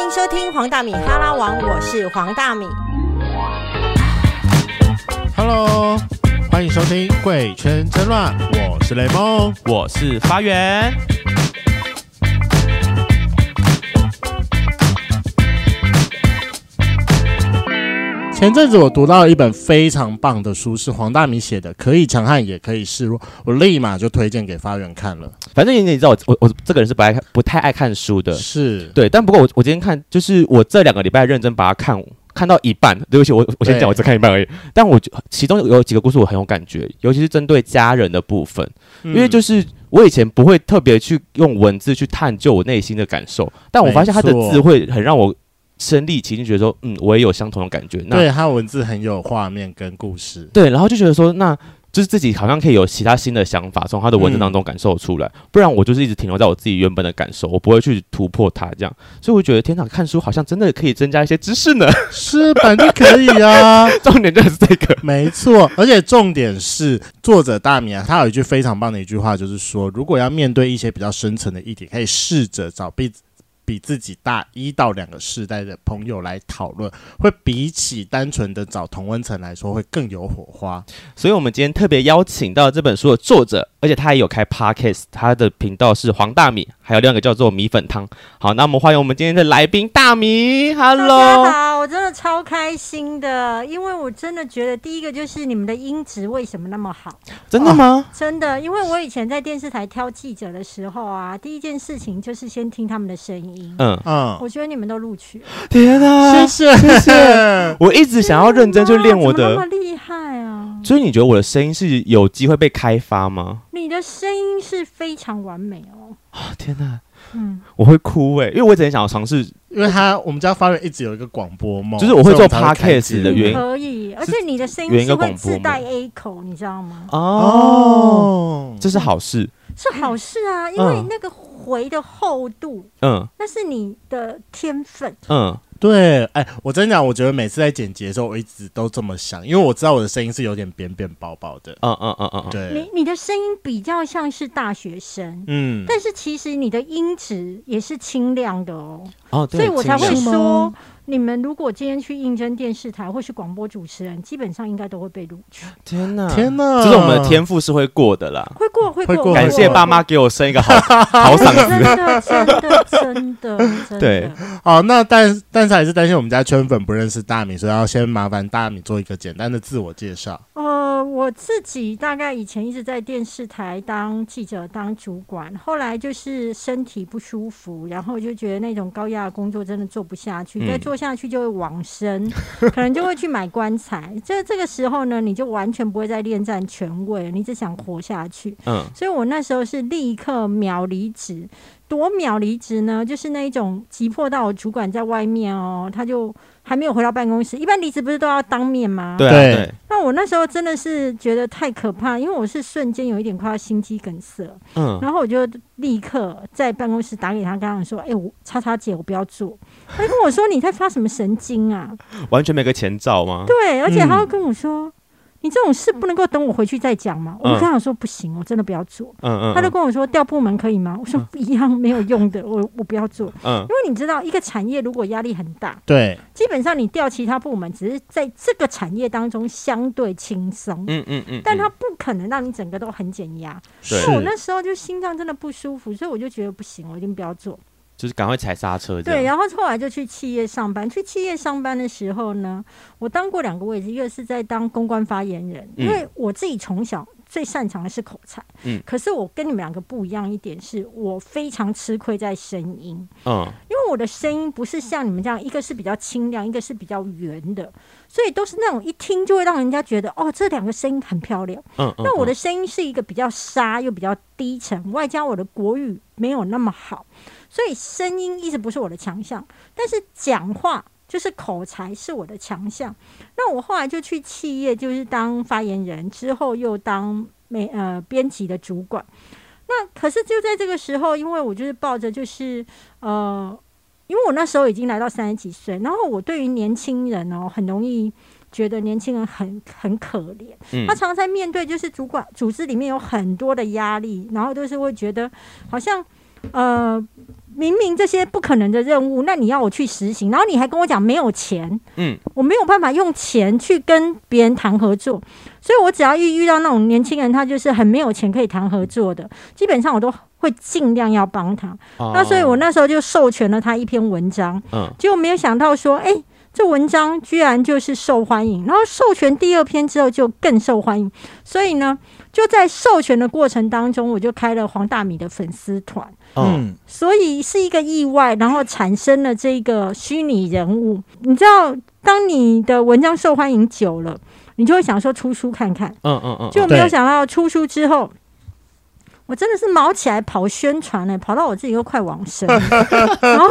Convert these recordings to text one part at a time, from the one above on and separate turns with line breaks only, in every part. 迎收听黄大米哈拉王，我是黄大米。
Hello，欢迎收听《贵圈争乱》，我是雷梦。
我是发源。
前阵子我读到了一本非常棒的书，是黄大米写的，可以强悍也可以示弱，我立马就推荐给发源看了。
反正你也知道我，我我这个人是不爱看、不太爱看书的。
是，
对，但不过我我今天看，就是我这两个礼拜认真把它看看到一半。对不起，我我先
对
讲，我只看一半而已。但我觉其中有几个故事我很有感觉，尤其是针对家人的部分，因为就是
嗯
是。我以前不会特别去用文字去探究我内心的感受，但我发现他的
没错
字会很让我身历其境，觉得说，嗯，我也有相同的感觉。那
对他文字很有画面跟故事。
对，然后就觉得说，那就是自己好像可以有其他新的想法，从他的文字当中感受出来，不然我就是一直停留在我自己原本的感受，我不会去突破它这样。所以我觉得天哪，看书好像真的可以增加一些知识呢。
是，本就可以啊。
重点就是这个，
没错，而且重点是作者大米啊，他有一句非常棒的一句话，就是说，如果要面对一些比较深层的议题，可以试着找比比自己大一到两个世代的朋友来讨论，会比起单纯的找同温层来说，会更有火花。
所以我们今天特别邀请到这本书的作者，而且他也有开 podcast，他的频道是黄大米，还有另外一个叫做米粉汤。好，那我们欢迎我们今天的来宾大米
大家
，Hello。
好，我真的超开心的，因为我真的觉得第一个就是你们的音质为什么那么好，
真的吗？
真的，因为我以前在电视台挑记者的时候啊，第一件事情就是先听他们的声音。
嗯，
嗯，
我觉得你们都录取了，
天
谢
哪！
谢谢谢。
我一直想要认真去练我
怎么
的
那么厉害啊！
所以你觉得我的声音是有机会被开发吗？
你的声音是非常完美哦。
啊天哪，
嗯，
我会哭欸诶、因为我一直很想要尝试，
因为他我们家发源一直有一个广播梦，
就是我会
所
做
以们才开
podcast
节
的
目
原因
可以，而且你的声
原
音
因
是
跟
会
广播
自带
吗
A 口，你知道吗？
哦，
哦，
这是好事，
是好事啊，因为
嗯
那个回的厚度，
嗯
那是你的天分。
嗯，
对，哎，我真讲，我觉得每次在剪辑的时候，我一直都这么想，因为我知道我的声音是有点扁扁薄薄的。
嗯嗯嗯嗯嗯，
对
你，你的声音比较像是大学生，
嗯，
但是其实你的音质也是清亮的哦，
哦，对
所以我才会
清凉
说，你们如果今天去应征电视台或是广播主持人，基本上应该都会被录取，
天哪，
天哪，
这是我们的天赋是会过的啦。
会过会
会
过。
过
感谢
过
爸妈给我生一个好 好
真
嗓子，
的真的真的真的，
对
好，哦那但但是还是担心我们家圈粉不认识大米，所以要先麻烦大米做一个简单的自我介绍。
呃，我自己大概以前一直在电视台当记者、当主管，后来就是身体不舒服，然后就觉得那种高压的工作真的做不下去，
嗯
再做下去就会往生，可能就会去买棺材。这这个时候呢，你就完全不会再恋战权位了，你只想活下去。
嗯，
所以我那时候是立刻秒离职。多秒离职呢？就是那一种急迫到我主管在外面哦，他就还没有回到办公室。一般离职不是都要当面吗？
对啊，
对
对，
那我那时候真的是觉得太可怕，因为我是瞬间有一点快要心肌梗塞，
嗯，
然后我就立刻在办公室打给他，跟他说：“哎、我叉叉姐，我不要做。”他就跟我说：“你在发什么神经
嗯
啊
完全没个前兆吗？”？
对，而且
嗯
他又跟我说。你这种事不能够等我回去再讲嘛？我就
嗯
跟他说不行，我真的不要做。
嗯嗯，
他就跟我说调部门可以吗？我说一样没有用的，我我不要做。因
嗯
为你知道，一个产业如果压力很大，
对，
基本上你调其他部门，只是在这个产业当中相对轻松。
嗯嗯嗯，
但
嗯
它不可能让你整个都很减压。哦
对
是
那我那时候就心脏真的不舒服，所以我就觉得不行，我一定不要做。
就是赶快踩刹车，
对，
这样，
然后后来就去企业上班。去企业上班的时候呢，我当过两个位置，一个是在当公关发言人，
嗯
因为我自己从小。最擅长的是口才，
嗯
可是我跟你们两个不一样一点是，我非常吃亏在声音，
嗯
因为我的声音不是像你们这样，一个是比较清亮，一个是比较圆的，所以都是那种一听就会让人家觉得哦，这两个声音很漂亮。
嗯嗯，
那
嗯
我的声音是一个比较沙又比较低沉，外加我的国语没有那么好，所以声音一直不是我的强项。但是讲话就是口才是我的强项。那我后来就去企业，就是当发言人，之后又当美呃编辑的主管。那可是就在这个时候，因为我就是抱着就是呃，因为我那时候已经来到三十几岁，然后我对于年轻人哦，很容易觉得年轻人很很可怜。
嗯
他常常在面对就是主管组织里面有很多的压力，然后就是会觉得好像呃，明明这些不可能的任务，那你要我去实行，然后你还跟我讲没有钱，
嗯，
我没有办法用钱去跟别人谈合作，所以我只要一遇到那种年轻人，他就是很没有钱可以谈合作的，基本上我都会尽量要帮他。那所以，我那时候就授权了他一篇文章，
嗯，
结果没有想到说，哎、这文章居然就是受欢迎。然后授权第二篇之后就更受欢迎，所以呢，就在授权的过程当中，我就开了黄大米的粉丝团。
嗯，
嗯，
所以是一个意外，然后产生了这个虚拟人物。你知道，当你的文章受欢迎久了，你就会想说出书看看。
嗯嗯嗯，
就没有
对
想到出书之后，我真的是毛起来跑宣传呢、跑到我自己都快往生了，然后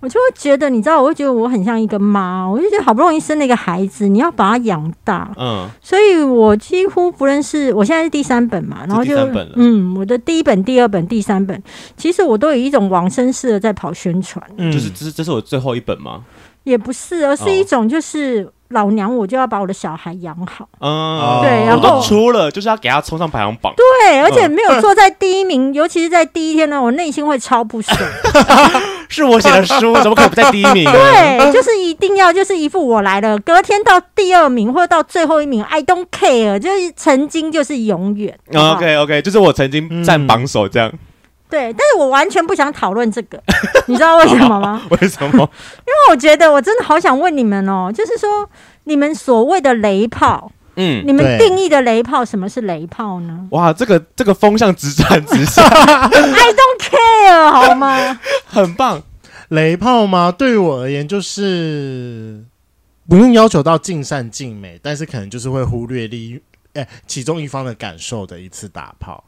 我就会觉得，你知道，我会觉得我很像一个妈，我就觉得好不容易生了一个孩子，你要把他养大，
嗯
所以我几乎不认识，我现在是第三本嘛，然后
第
就
三本了啊
嗯，我的第一本、第二本、第三本，其实我都有一种往生式的在跑宣传，
嗯
就是这是这是我最后一本吗？
也不是，而是
哦
一种就是老娘我就要把我的小孩养好。
嗯，
对然
我都
后
出了，就是要给他冲上排行榜。
对，而且
嗯
没有坐在第一 名，尤其是在第一天呢，我内心会超不爽。
是我写的书，怎么可能不在第一名？啊
对，就是一定要就是一副我来了，隔天到第二名或者到最后一名，I don't care，就是曾经就是永远。好不好
哦 OK OK，就是我曾经占榜首这样，
对，但是我完全不想讨论这 个，你知道为什么吗？
为什么？
因为我觉得我真的好想问你们哦，就是说你们所谓的雷炮，
嗯，
你们
对
定义的雷炮，什么是雷炮呢
哇，这个这个风向直转直下，
？I don't care 好吗？
很棒。
雷炮吗？对于我而言，就是不用要求到尽善尽美，但是可能就是会忽略利益，哎、其中一方的感受的一次打炮。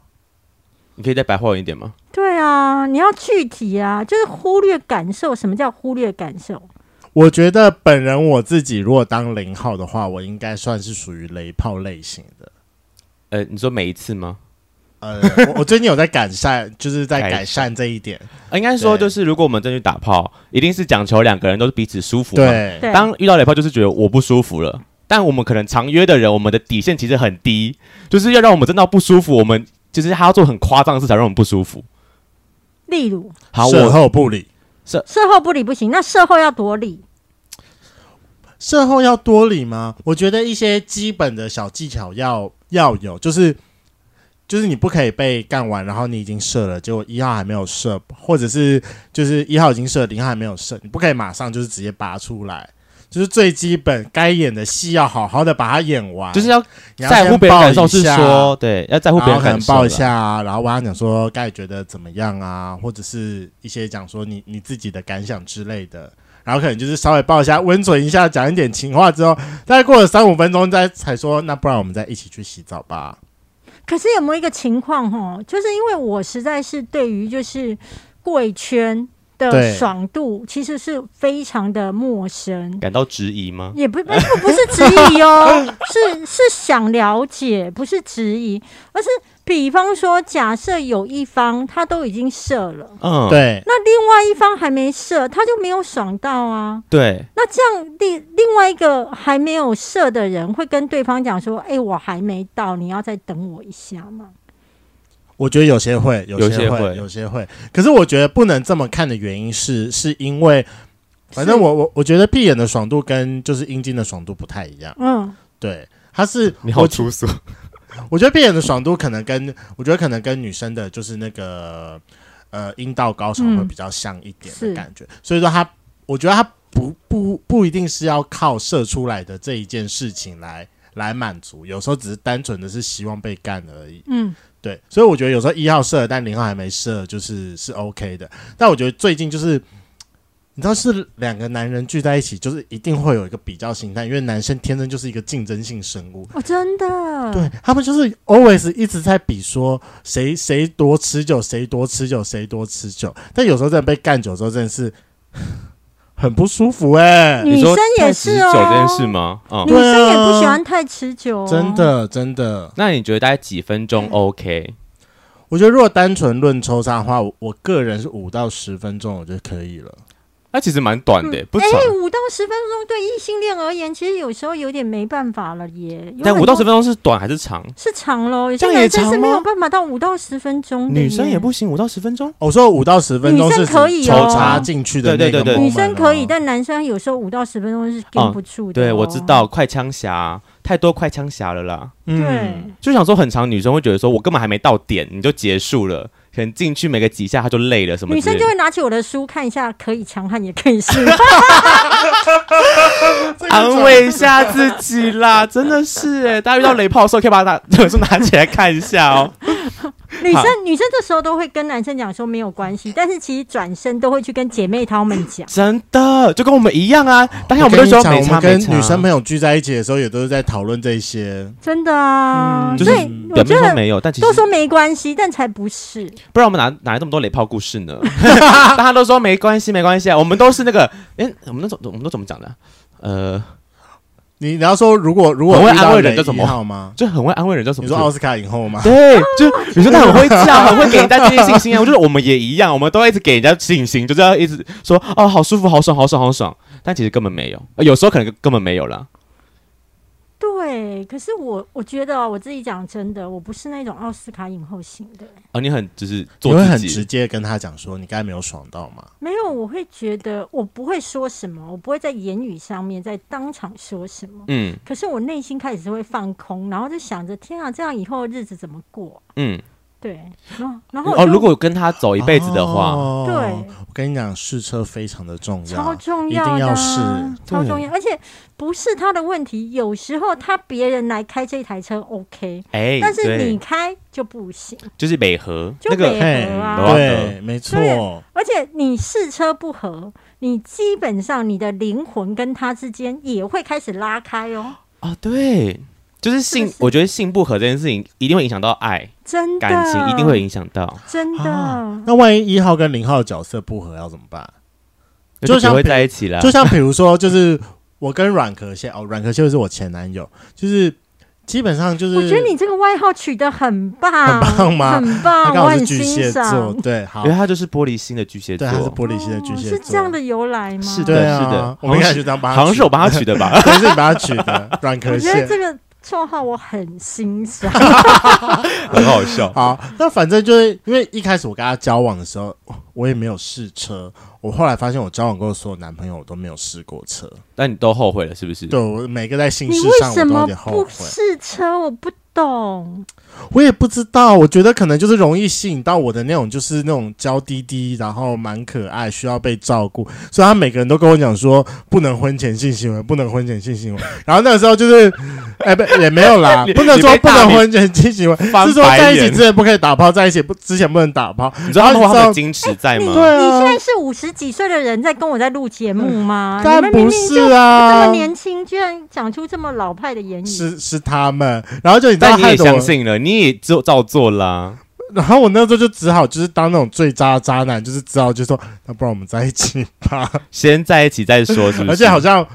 你可以再白话文一点吗？
对啊，你要具体啊，就是忽略感受。什么叫忽略感受？
我觉得本人我自己如果当零号的话，我应该算是属于雷炮类型的。
呃，你说每一次吗？
呃， 我我最近有在改善，就是在改善这一点。
呃应该说
对
就是，如果我们真去打炮，一定是讲求两个人都是彼此舒服嘛。
对，
对，
当遇到雷炮，就是觉得我不舒服了。但我们可能常约的人，我们的底线其实很低，就是要让我们真到不舒服，我们就是他要做很夸张的事才让我们不舒服。
例如
好，
事
我
后不理，
事后不理不行，那事后要多理。
事后要多理吗？我觉得一些基本的小技巧要要有，就是就是你不可以被干完，然后你已经射了，结果一号还没有射，或者是就是一号已经射，零号还没有射，你不可以马上就是直接拔出来。就是最基本该演的戏要好好的把它演完，
就是要
啊你要
在乎
先
别人
抱
感受，
一
是
下
说对，要在乎
然
别
后
人
可能
感受啦。
抱一下啊，然后我跟他讲说该觉得怎么样啊，或者是一些讲说你你自己的感想之类的，然后可能就是稍微抱一下，温存一下，讲一点情话之后，大概过了三五分钟再才说，那不然我们再一起去洗澡吧。
可是有没有一个情况哦，就是因为我实在是对于就是贵圈的
对
爽度其实是非常的陌生，
感到质疑吗？
也不不不不是质疑哦，是是想了解，不是质疑，而是比方说，假设有一方他都已经射了，
嗯，
对，
那另外一方还没射，他就没有爽到啊。
对，
那这样另另外一个还没有射的人会跟对方讲说：“哎、我还没到，你要再等我一下吗
我觉得有些会，有
有些
些
会
会，有些会。可是我觉得不能这么看的原因是，是因为反正我我我觉得闭眼的爽度跟就是阴茎的爽度不太一样？”，
嗯，
对，它是
你
我
好粗俗。
我觉得闭眼的爽度可能跟我觉得可能跟女生的就是那个呃阴道高潮会比较像一点的感觉，所以说它，我觉得它不不不一定是要靠射出来的这一件事情来来满足，有时候只是单纯的是希望被干而已。
嗯，
对，所以我觉得有时候一号射了，但零号还没射，就是是 OK 的。但我觉得最近就是，你知道是两个男人聚在一起，就是一定会有一个比较心态，因为男生天生就是一个竞争性生物，
哦，真的，
对他们就是 always 一直在比说谁谁多持久，谁多持久，谁多持久。但有时候真的被干久之后，真的是 很不舒服哎、
女生
说
也是
太持
哦
久这件事吗？嗯
女，生也
对
不
啊
喜欢太持久、哦，
真。的真的。
那你觉得大概几分钟 OK？
我觉得如果单纯论抽插的话，我我个人是五到十分钟，我觉得可以了。
那其实蛮短的，不
哎
长。，
五到十分钟对异性恋而言，其实有时候有点没办法了耶。有
但
很
五到
多
十分钟是短还是长？
是长哦喽，有些
这样也
男生是
长
没
吗
有办法到五到十分钟的耶，
女生也不行，五到十分钟。
哦我说五到十分钟
女生
是
可以
抽
哦
插进去的那
对
个
对对对
moment
女生可以，
哦
但男生有时候五到十分钟是顶不住的、
啊
哦
对，我知。道，快枪侠太多快枪侠了啦。
对，
就想说，很长女生会觉得说，我根本还没到点，你就结束了，可能进去每个几下她就累了什么
女
之类
生
的。
就会拿起我的书看一下，可以强悍也可以是，
安慰一下自己 啦，真的是哎，大家遇到雷炮的时候可以把它拿 手拿起来看一下哦。。
女生女生这时候都会跟男生讲说没有关系，但是其实转身都会去跟姐妹她们讲
真的，就跟我们一样啊，当下
我
我
跟
们都
你
说
讲，
没
我
差
们
没
跟
差，
女生朋友聚在一起的时候，也都是在讨论这些。
真的啊，
嗯
就
所
是
以我
表
觉
面说
得
没有，但其实
都说没关系，但才不是。
不然我们哪哪来那么多雷炮故事呢？ 大家都说没关系没关系啊，我们都是那个，哎、我们那种我们都怎么讲的啊、呃，
你你要说，如果如果
我会
遇到
安慰人
雷
叫什么
一号吗？
就很会安慰人，叫什
你
么？
说奥斯卡影后吗？
对，就你说他很会叫，很会给人家这些信心啊。我觉得我们也一样，我们都要一直给人家信心，就是要一直说哦，好舒服，好爽，好爽，好爽。但其实根本没有，呃有时候可能根本没有啦。
对，可是我我觉得哦我自己讲真的，我不是那种奥斯卡影后型的，
啊，你很就是
你
做
会
自
哦很
己，
直接地跟他讲说，你刚才没有爽到吗？
没有，我会觉得我不会说什么，我不会在言语上面在当场说什么。
嗯
可是我内心开始是会放空，然后就想着天啊，这样以后日子怎么过？啊
嗯。
对，然后然后我
哦，
就
如果跟他走一辈子的话，
哦
对、
我跟你讲，试车非常的重
超
要。
重
一
要的啊，
定要是
超
对
重要，而且不是他的问题，有时候他别人来开这台车 OK，、
哎、
但是你
对，
开就不行，
就是美和
就
那
美
个，
合啊。
嗯
对，没错，
而且你试车不合，你基本上你的灵魂跟他之间也会开始拉开哦，
哦，对，就是性，
是不是
我觉得性不合这件事情一定会影响到爱
真的，啊
感情，一定会影响到，
真的。
啊那万一一号跟零号的角色不合要怎么 办？
那
就
就
像
不会
比如
在一起了。
就像比如说，就是我跟软壳蟹哦，软壳蟹是我前男友，就是基本上就是
我觉得你这个外号取得很棒，
很棒吗
很
他
棒，
刚
我
好是
很
巨蟹
欣
座
赏，。
对，好
因为，他就是玻璃心的巨蟹
对，
座，
他是玻璃心的巨
哦
蟹座，
是这样的由来吗？
是的
对啊，
是的
我们
好像
开
是
始就当帮
好像是我
帮，
帮他取的 吧？
不是你帮他取的软壳
我觉
蟹。
得这个绰号我很欣赏。
很好笑。
好，那反正就是因为一开始我跟他交往的时候，我也没有试车。我后来发现，我交往过的所有男朋友，我都没有试过车。
但你都后悔了是不是？
对，我每个在性
你
事
为
上，我
什
都有
么
点后
不
悔。
试车？我不懂。
我也不知道，我觉得可能就是容易吸引到我的那种，就是那种娇滴滴，然后蛮可爱，需要被照顾。所以他每个人都跟我讲说，不能婚前性行为，不能婚前性行为。然后那个时候就是，哎、不也没有啦，
你
不能说
你被
不
大
能
米
婚前性行为，是
翻
说
白
在一起
眼
之前不可以打炮，在一起不之前不能打炮。
你知道他们有他们的矜持在吗？
对
你
啊，
现在是五十几岁的人在跟我在录节目吗？啊你
但
们明
不
明
是
就这
啊，
么年轻，居然讲出这么老派的言语。
是啊是他们，然后就你知道
但你
害
也
得我
相，信了，你也就照做啦。
然后我那时候就只好就是当那种最渣的渣男，就是只好就说，那不然我们在一 起吧。
先在一起再说，是不是？
而且好像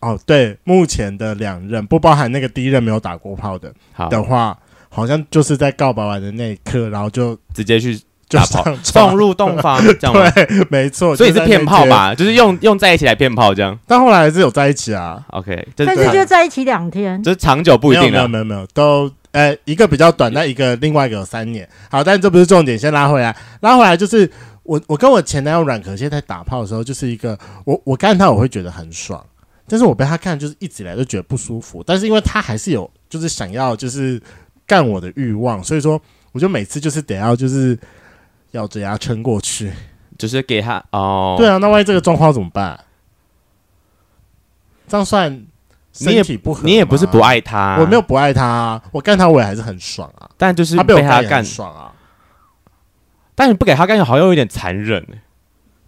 哦，对，目前的两任不包含那个第一任没有打过炮的
好
的话，好像就是在告白完的那一刻，然后就
直接去
就
打
上
炮送
床。
入洞房， 这样吗？
对，没错，
所以
就是在那
骗炮
天？
吧？就是用用在一起来骗炮这样。
但后来还是有在一起啊，
OK，这
但
是
是
长
就在一起两天，
这是长久不一定啊
没有
了。
没有没有没有都。呃，一个比较短，那一个另外一个有三年。好，但这不是重点，先拉回来。拉回来就是我，我跟我前男友软壳蟹在打炮的时候，就是一个我我看他我会觉得很爽，但是我被他看就是一直以来都觉得不舒服。但是因为他还是有就是想要就是干我的欲望，所以说我就每次就是得要就是咬着牙撑过去。
就是给他哦，
对啊，那万一这个状况怎么办？这样算
你也
身体不合
你也不是
吗
不爱他，
我没有，不爱他、啊，我干他我也还是很爽啊，
但就是
他被我
他
也很
干，
爽啊。
但你不给他干，好像有点残忍，欸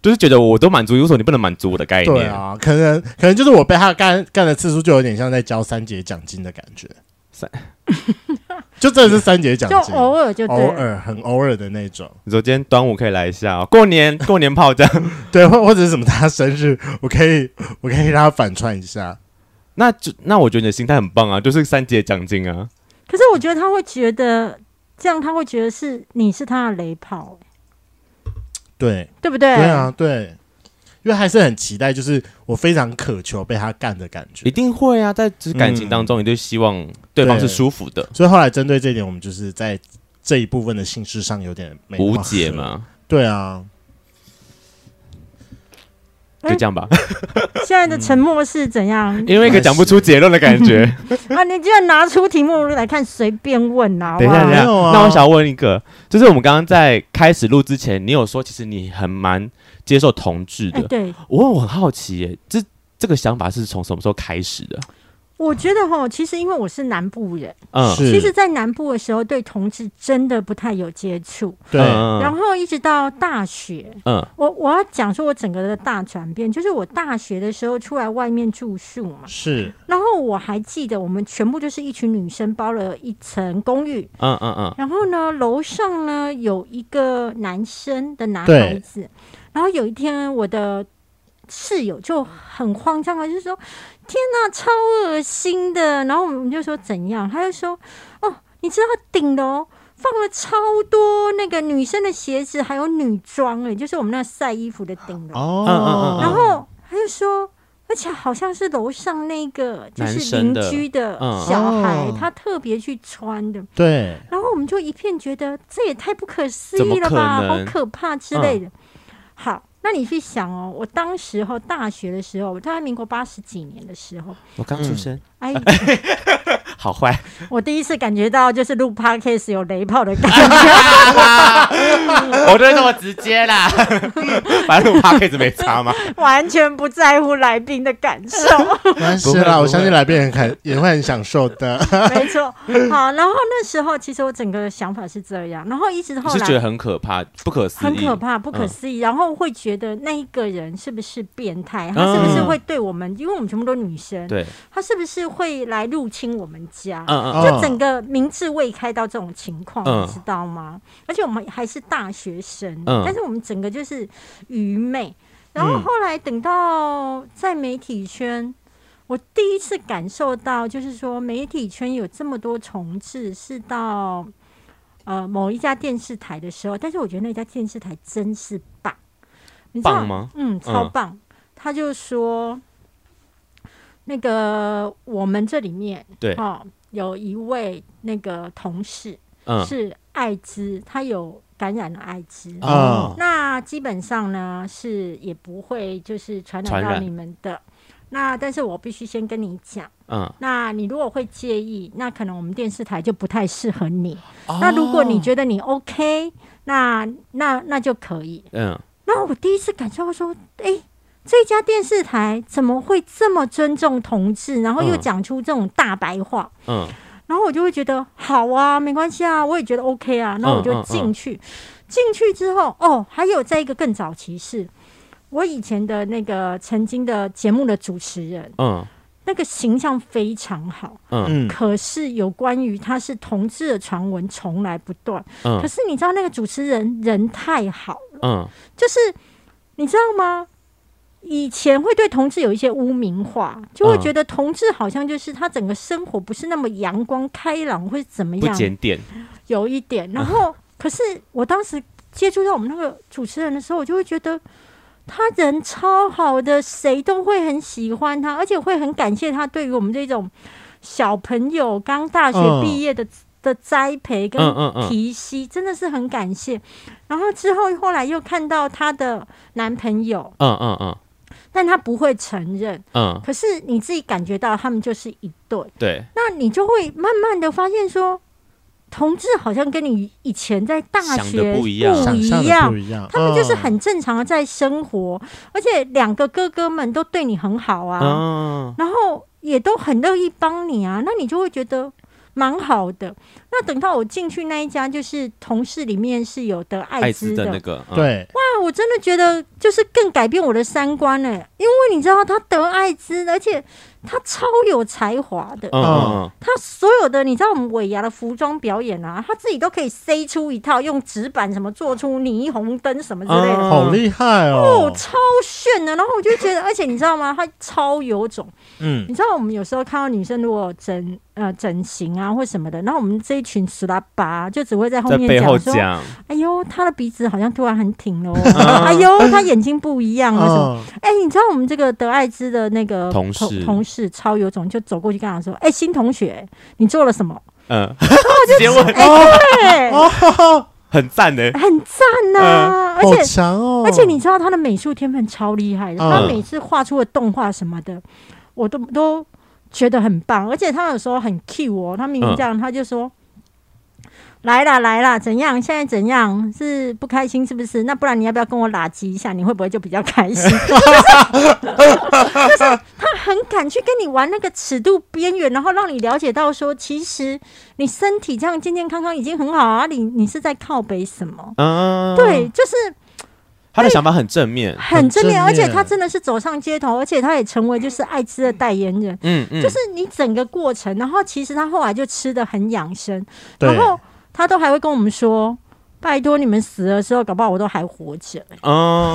就是觉得我都满足你，为什么你不能满足我的概
对
念？
啊，可能可能就是我被他干干的次数就有点像在交三节奖金的感觉，
三，
就真的是三节奖
就
金，
偶尔就对
偶
了。
尔很偶尔的那种，
你说今天端午可以来一下、哦，过年过年炮这样。
对，或或者是什么他生日，我可以我可以让他反串一下，
那就那我觉得你的心态很棒啊，就是三节奖金啊，
可是我觉得他会觉得这样，他会觉得是你是他的雷炮，
对啊
对不对？
对啊对，因因为还是很期待，就是我非常渴求被他干的感
一
觉。
定会啊，在就是感情当中，你就希望对方是舒服的，
所以后来针对这一点，我们就是在这一部分的性事上有点没那么
无
合
解。嘛，
对啊，
就这样吧，
哎现在的沉默是怎样？
嗯
因为一个讲不出结论的感觉。
啊，你居然拿出题目来看，随便问 啊！
等一下，
哇
等一下，
没有啊
那我想要问一个，就是我们刚刚在开始录之前，你有说其实你很蛮接受同志
哎、
的，
对，
我我很好奇耶，这这个想法是从什么时候开始的？
我觉得哈，其实因为我是南部人，
嗯，
是
其实，在南部的时候对同志真的不太有接触，
对，
嗯
然
嗯
后一直到大学，
嗯，
我我要讲说我整个的大转变，就是我大学的时候出来外面住宿嘛，
是
然后我还记得我们全部就是一群女生包了一层公寓，
嗯嗯嗯，
然后呢，楼上呢有一个男生的男孩子，然后有一天我的室友就很慌张啊，就说：“天哪，超恶心的！”然后我们就说怎样，他就说：“哦，你知道顶楼。”放了超多那个女生的鞋子，还有女装，哎，就是我们那晒衣服的顶楼。
哦，
嗯嗯嗯嗯
然后他就说，而且好像是楼上那个就
男
是
生
邻
的
居的
嗯
小孩
哦，
他特别去穿的。
对，
然后我们就一片觉得这也太不可思
怎么
议了吧，
可
好
能嗯
可怕之类的。好，那你去想哦，我当时候大学的时候，我大概民国八十几年的时候，
我刚出生，
哎，
好坏，
我第一次感觉到就是录 podcast 有雷炮的 感觉。
我就是这么直接啦， 反正我怕 case 没差嘛。
完全不在乎来宾的感 受，
没关系
不会不
啦，
会
啊我相信来宾很开 也会很享受的。
没错。好，然后那时候其实我整个的想法是这样，然后一 直
你
后
是觉得
来
很嗯可怕，不可思
很
议
可，怕、不可思议，然后会觉得那一个人是不是变态，他是不是
嗯
会对我们，因为我们全部都女生，
对，
他是不是会来入侵我们家？
嗯嗯
哦
就整个明智未开到这种情况，
嗯
你知道吗？而且我们还是大学生，
嗯
但是我们整个就是愚昧。然后后来等到在媒体圈，我第一次感受到，就是说媒体圈有这么多重置，是到呃某一家电视台的时候，但是我觉得那家电视台真是棒，你知道
棒吗？
嗯，超棒。他就说，那个我们这里面
对
哦，有一位那个同事、
嗯
是艾滋，他有感染了艾滋。
嗯
啊哦
那基本上呢，是也不会就是传染
传
到
染
你们的。那但是我必须先跟你讲，
嗯，
那你如果会介意，那可能我们电视台就不太适合你。
哦
那如果你觉得你 OK，那那那就可以。
嗯
那我第一次感受到说，诶，这家电视台怎么会这么尊重同志，然后又
嗯
讲出这种大白话？
嗯
然后我就会觉得好啊，没关系啊，我也觉得 OK 啊，然后我就进
嗯
去。进去之后，哦，还有在一个更早期是，我以前的那个曾经的节目的主持人，
嗯
那个形象非常好，
嗯
嗯，
可是有关于他是同志的传闻从来不断。
嗯
可是你知道那个主持人人太好了。
嗯，
就是你知道吗？以前会对同志有一些污名化，就会
嗯
觉得同志好像就是他整个生活不是那么阳光开朗，或是怎么
不
样，
检点，
有一点。然后，可是我当时接触到我们那个主持人的时候，我就会觉得他人超好的，谁都会很喜欢他，而且会很感谢他对于我们这种小朋友刚大学
嗯
毕业的、的栽培跟
嗯嗯嗯
提息，真的是很感谢。然后之后后来又看到她的男朋友，
嗯嗯嗯
但她不会承认，
嗯，
可是你自己感觉到他们就是一对，
对，
那你就会慢慢的发现说，同志好像跟你以前在大
想
学
的不一样
不
想
一
象的
样
不一样，
他们就是
嗯
很正常的在生活，而且两个哥哥们都对你很好啊，
嗯
然后也都很乐意帮你啊，那你就会觉得蛮好的。那等到我进去那一家，就是同事里面是有得艾
艾
滋
滋
的，
的那个，嗯，
对，
那我真的觉得就是更改变我的三观了、因为你知道他得艾滋，而且他超有才华的，
嗯嗯
他所有的你知道我们尾牙的服装表演啊，他自己都可以塞出一套，用纸板什么做出霓虹灯什么之类的，
嗯
好厉害哦，！
哦超炫的。然后我就觉得，而且你知道吗？他超有种。
嗯
你知道我们有时候看到女生如果整呃整形啊或什么的，然后我们这一群死拉巴就只会在后
在
面
背后
讲说，
讲，
哎呦，她的鼻子好像突然很挺 喽，
啊
哎呦，她眼睛不一样了什么。
嗯，
哎、你知道我们这个德爱兹的那个
同事
同事超有种，就走过去跟他说：“哎、新同学，你做了什么哎
嗯， 直接问，？”
对，
哦很赞呢。
很赞呐、
嗯
而
好
且
强哦！
而且你知道他的美术天分超厉害的，
嗯
他每次画出的动画什么的，我都都觉得很棒。而且他有时候很 Q 哦，他明明这样，他就说。来啦来啦，怎样？现在怎样？是不开心是不是？那不然你要不要跟我拉鸡一下？你会不会就比较 开心？就是他很敢去跟你玩那个尺度边缘，然后让你了解到说，其实你身体这样健健康康已经很好啊。你你是在靠北什么？
嗯，
对，，就是
他的想法很正面。
很
很
正
正
面，而且
面
他真的是走上街头，而且他也成为就是艾滋的代言人。
嗯嗯，
就是你整个过程，然后其实他后来就吃的很养生，
对
然后他都还会跟我们说。拜托你们死的时候，搞不好我都还活着、
嗯，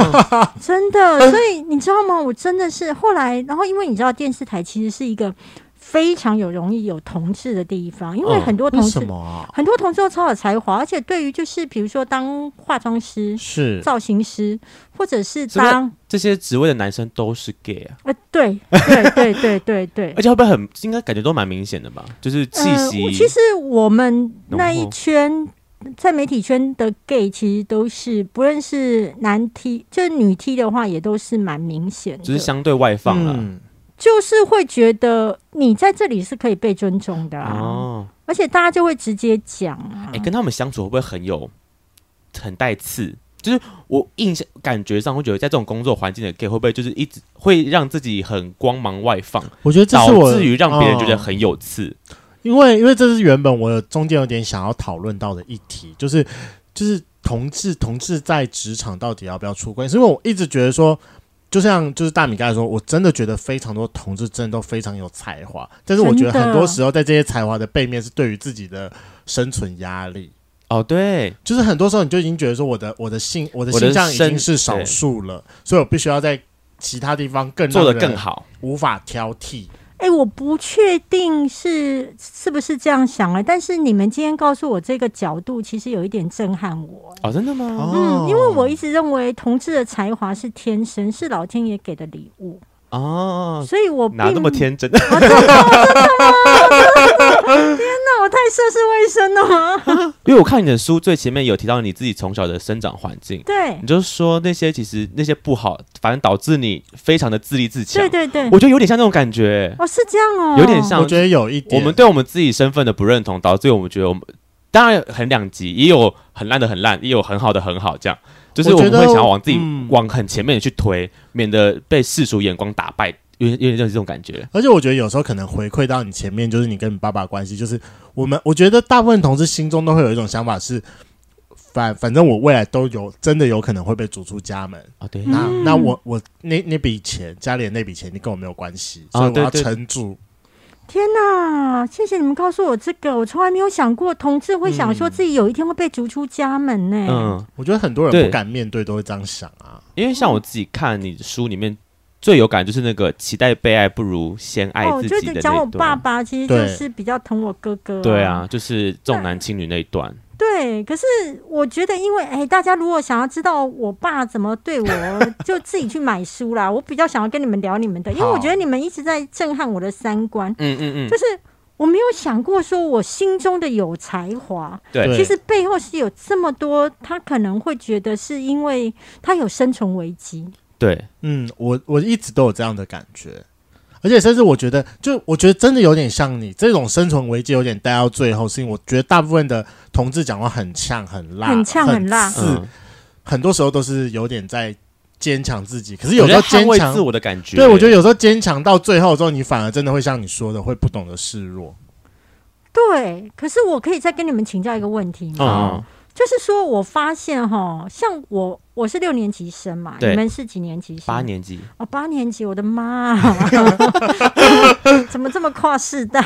真的。
呃
所以你知道吗？我真的是后来，然后因为你知道电视台其实是一个非常有容易有同志的地方，因为
嗯
很多同
哦为
志、
什么啊？
很多同志都超有才华，而且对于就是比如说当化妆师、
是
造型师，或者是
是不是
当
这些职位的男生都是 gay 啊，
呃，对对对对对对
而。且会不会很应该感觉都蛮明显的吧？就是呃气
嗯呃
息
我，其实我们那
浓
一
厚
圈在媒体圈的 gay，其实都是不论是男 T，就是女 T 的话，也都是蛮明显的，
就是相对外放了。
嗯
就是会觉得你在这里是可以被尊重的、啊，
哦，
而且大家就会直接讲、啊
哎，跟他们相处会不会很有很带刺？就是我印象感觉上会觉得，在这种工作环境的 gay 会不会就是一直会让自己很光芒外放，
我觉得这
导
是我
致于让别人觉得
嗯
很有刺？
因为因为这是原本我有中间有点想要讨论到的议题，就是就是同志同志在职场到底要不要出柜？是因为我一直觉得说，就像就是大米刚才说，我真的觉得非常多同志真的都非常有才华，但是我觉得
真的
很多时候在这些才华的背面是对于自己的生存压力。
哦，对，
就是很多时候你就已经觉得说我的我的性我的
我的
性向已
身
经是少数了，所以我必须要在其他地方更
做
得
得更，好。
无法挑剔。
哎、我不确定是是不是这样想啊，但是你们今天告诉我这个角度，其实有一点震撼我、
哦，真的吗？
嗯，因为
哦
我一直认为同志的才华是天生，是老天爷给的礼物，
哦，
所以我并
哪那么天真？
啊真的吗真的吗天哪，我太涉世未深了 吗？
因为我看你的书最前面有提到你自己从小的生长环境，
对
你，就说那些其实那些不好，反正导致你非常的自立自强。
对对对，
我觉得有点像那种感觉，
哦，是这样哦，
有点像
我觉得有一点，
我们对我们自己身份的不认同，导致我们觉得我们当然很两极，也有很烂的很烂，也有很好的很好，这样就是我
我觉
们
得
会想要往自己
嗯
往很前面去推，免得被世俗眼光打败，有点有点像这种感觉。
而且我觉得有时候可能回馈到你前面，就是你跟你爸爸的关系，就是我们，我觉得大部分同事心中都会有一种想法是，反反正我未来都有真的有可能会被逐出家门，
哦，对，
那
嗯
那我我那那笔钱家里的那笔钱，你跟我没有关系，所
啊
以我要
对对
撑住。
天哪，谢谢你们告诉我这个，我从来没有想过同志会想说自己有一天会被逐出家门呢、
嗯，
我觉得很多
对
人不敢面对，都会这样想啊。
因为像我自己看你的书里面。最有感就是那个期待被爱不如先爱
哦，
自
就
己
是
的
讲
那
我
一
爸
段，
爸其实就
对
是比较疼我哥哥、
对啊，，就是重男轻女那一段，
对，可是我觉得，因为哎、大家如果想要知道我爸怎么对我，就自己去买书啦。我比较想要跟你们聊你们的，因为我
好
觉得你们一直在震撼我的三观，
嗯嗯
就是我没有想过说我心中的有才华，
对
其实背后是有这么多，他可能会觉得是因为他有生存危机。
对，
嗯，我我一直都有这样的感觉，而且甚至我觉得，就我觉得真的有点像你这种生存危机，有点带到最后，是因为我觉得大部分的同志讲话很呛、很辣、
很呛很辣
刺
嗯，
很多时候都是有点在坚强自己，可是有
我
时
觉得
候
捍
坚
卫
强
自，我的感觉，
对我觉得有时候坚强到最后之后，你反而真的会像你说的，会不懂得示弱。
对，可是我可以再跟你们请教一个问题吗？
嗯，
就是说我发现哈，像我我是六年级生嘛，
对
你们是几年级生？
八年级，
哦，八年级，我的妈啊！ 怎么这么跨世代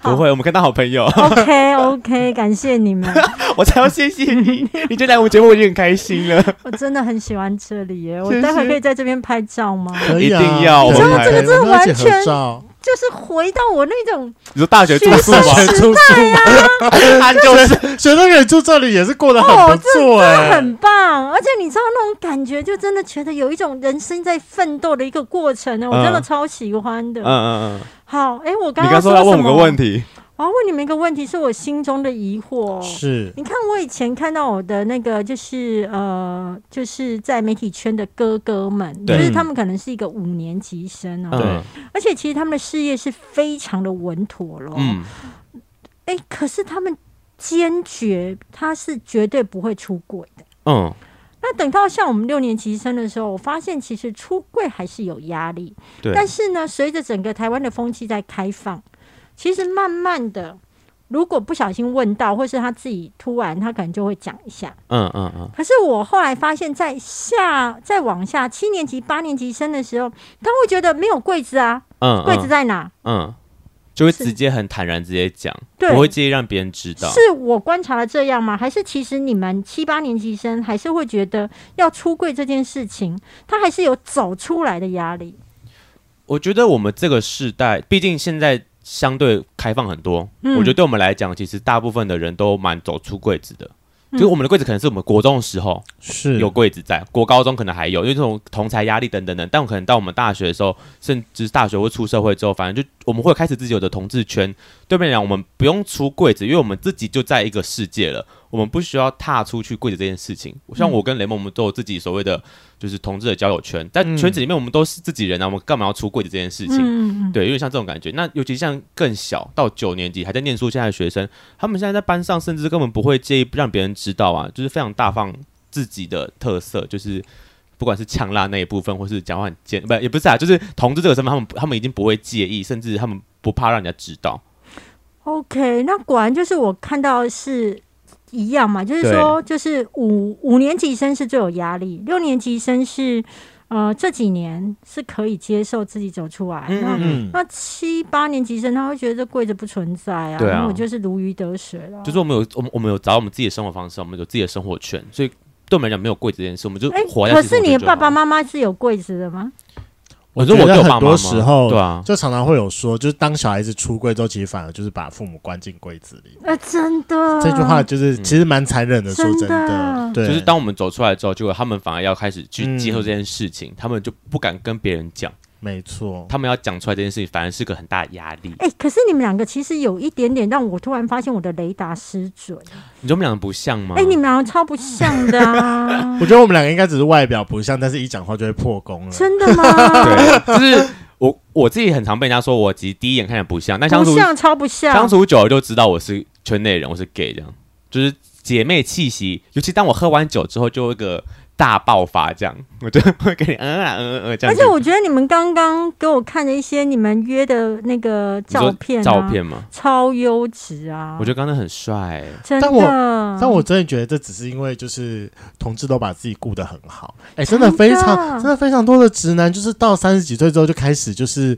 好
不会，我们跟他好朋友，
？OK OK，感谢你们，
我才要谢谢 你，你就来我们节目，我已经很开心了。
我真的很喜欢这里耶！我
是
待会
是
可以在这边拍照吗？
可以啊
一定要
可以
你知道
可以
这个真的
我们要一起
完全
合照
就是回到我那种
你说大学住
学
宿
生
吗？
时代啊，
他就是
学生可以住这里也是过得很不
哦
错哎、
很棒！而且你知道那种感觉，就真的觉得有一种人生在奋斗的一个过程呢，我真的
嗯
超喜欢的。
嗯嗯嗯，
好，哎，我刚
你刚
说
说要问
什
我
么
个问，题，
我要问你们一个问题，是我心中的疑惑。
是
你看，我以前看到我的那个，就是呃，就是在媒体圈的哥哥们，就
对
是他们可能是一个五年级生哦、
嗯
而且其实他们的事业是非常的稳妥咯。
嗯，
哎、可是他们坚决他是绝对不会出轨的。
嗯，
那等到像我们六年级生的时候，我发现其实出柜还是有压力，
对，
但是呢，随着整个台湾的风气在开放，其实慢慢的，如果不小心问到，或是他自己突然，他可能就会讲一下。
嗯嗯嗯，
可是我后来发现，在下再往下七年级、八年级生的时候，他会觉得没有柜子啊，
嗯，
柜子在哪？
嗯，就会
是
直接很坦然直接讲，
对
不会介意让别人知道。
是我观察了这样吗？还是其实你们七八年级生还是会觉得要出柜这件事情，他还是有走出来的压力？
我觉得我们这个世代，毕竟现在相对开放很多，
嗯
我觉得对我们来讲，其实大部分的人都蛮走出柜子的。
嗯
就是我们的柜子可能是我们国中的时候
是
有柜子在，国高中可能还有，因为这种同才压力等等等。但我可能到我们大学的时候，甚至是大学或出社会之后，反正就我们会开始自己有的同志圈。对面来讲，我们不用出柜子，因为我们自己就在一个世界了，我们不需要踏出去柜子这件事情。像
嗯
我跟雷蒙，我们都有自己所谓的就是同志的交友圈，但
嗯
圈子里面我们都是自己人啊，我们干嘛要出柜子这件事情？
嗯，嗯，
对，有点像这种感觉。那尤其像更小到九年级还在念书现在的学生，他们现在在班上甚至根本不会介意让别人知道啊，就是非常大方自己的特色，就是不管是呛辣那一部分，或是讲话很尖，不也不是啊，就是同志这个身份，他们他们已经不会介意，甚至他们不怕让人家知道。
OK，那果然就是我看到的是一样嘛，就是
对
说，就是五五年级生是最有压力，六年级生是呃这几年是可以接受自己走出来，
嗯
那
嗯嗯，
嗯，
那七八年级生他会觉得这柜子不存在啊，
对啊
然后我就是如鱼得水了。
就是我们有我们我们有找我们自己的生活方式，我们有自己的生活圈，所以对我们来讲没有贵这件事，我们就
哎、
活在
可
自己生
是
活
你的
圈就
爸爸
好，
妈妈是有柜子的吗？
我说我
觉
对
得很
我爸妈
多
妈
时候
对啊，
就常常会有说，就是当小孩子出柜之后，其实反而就是把父母关进柜子里。
呃，真的，
这句话就是
嗯
其实蛮残忍的，说真
真
的
的，
对，
就是当我们走出来之后，结果他们反而要开始去
嗯
接受这件事情，他们就不敢跟别人讲，
没错，
他们要讲出来这件事情，反而是个很大的压力。
哎、可是你们两个其实有一点点让我突然发现我的雷达失准。
你说我们两个不像吗？
哎、你们两个超不像的啊！
我觉得我们两个应该只是外表不像，但是一讲话就会破功了。
真的吗？
对，就是我我自己很常被人家说我其实第一眼看起来不像，但 相
不
处
像，超不像。
相处久了就知道我是圈内人，我是 gay 这样，就是姐妹气息。尤其当我喝完酒之后，就有一个大爆发这样，我就会跟你嗯啊嗯啊嗯啊这
而
样
且
子。
我觉得你们刚刚给我看的一些你们约的那个
你说
照片、啊，
照片嘛，
超优质啊！
我觉得刚刚很帅、
真
但我
的，
但我真的觉得这只是因为就是同志都把自己顾得很好，哎、真的非常
真的
真的非常多的直男，就是到三十几岁之后就开始就是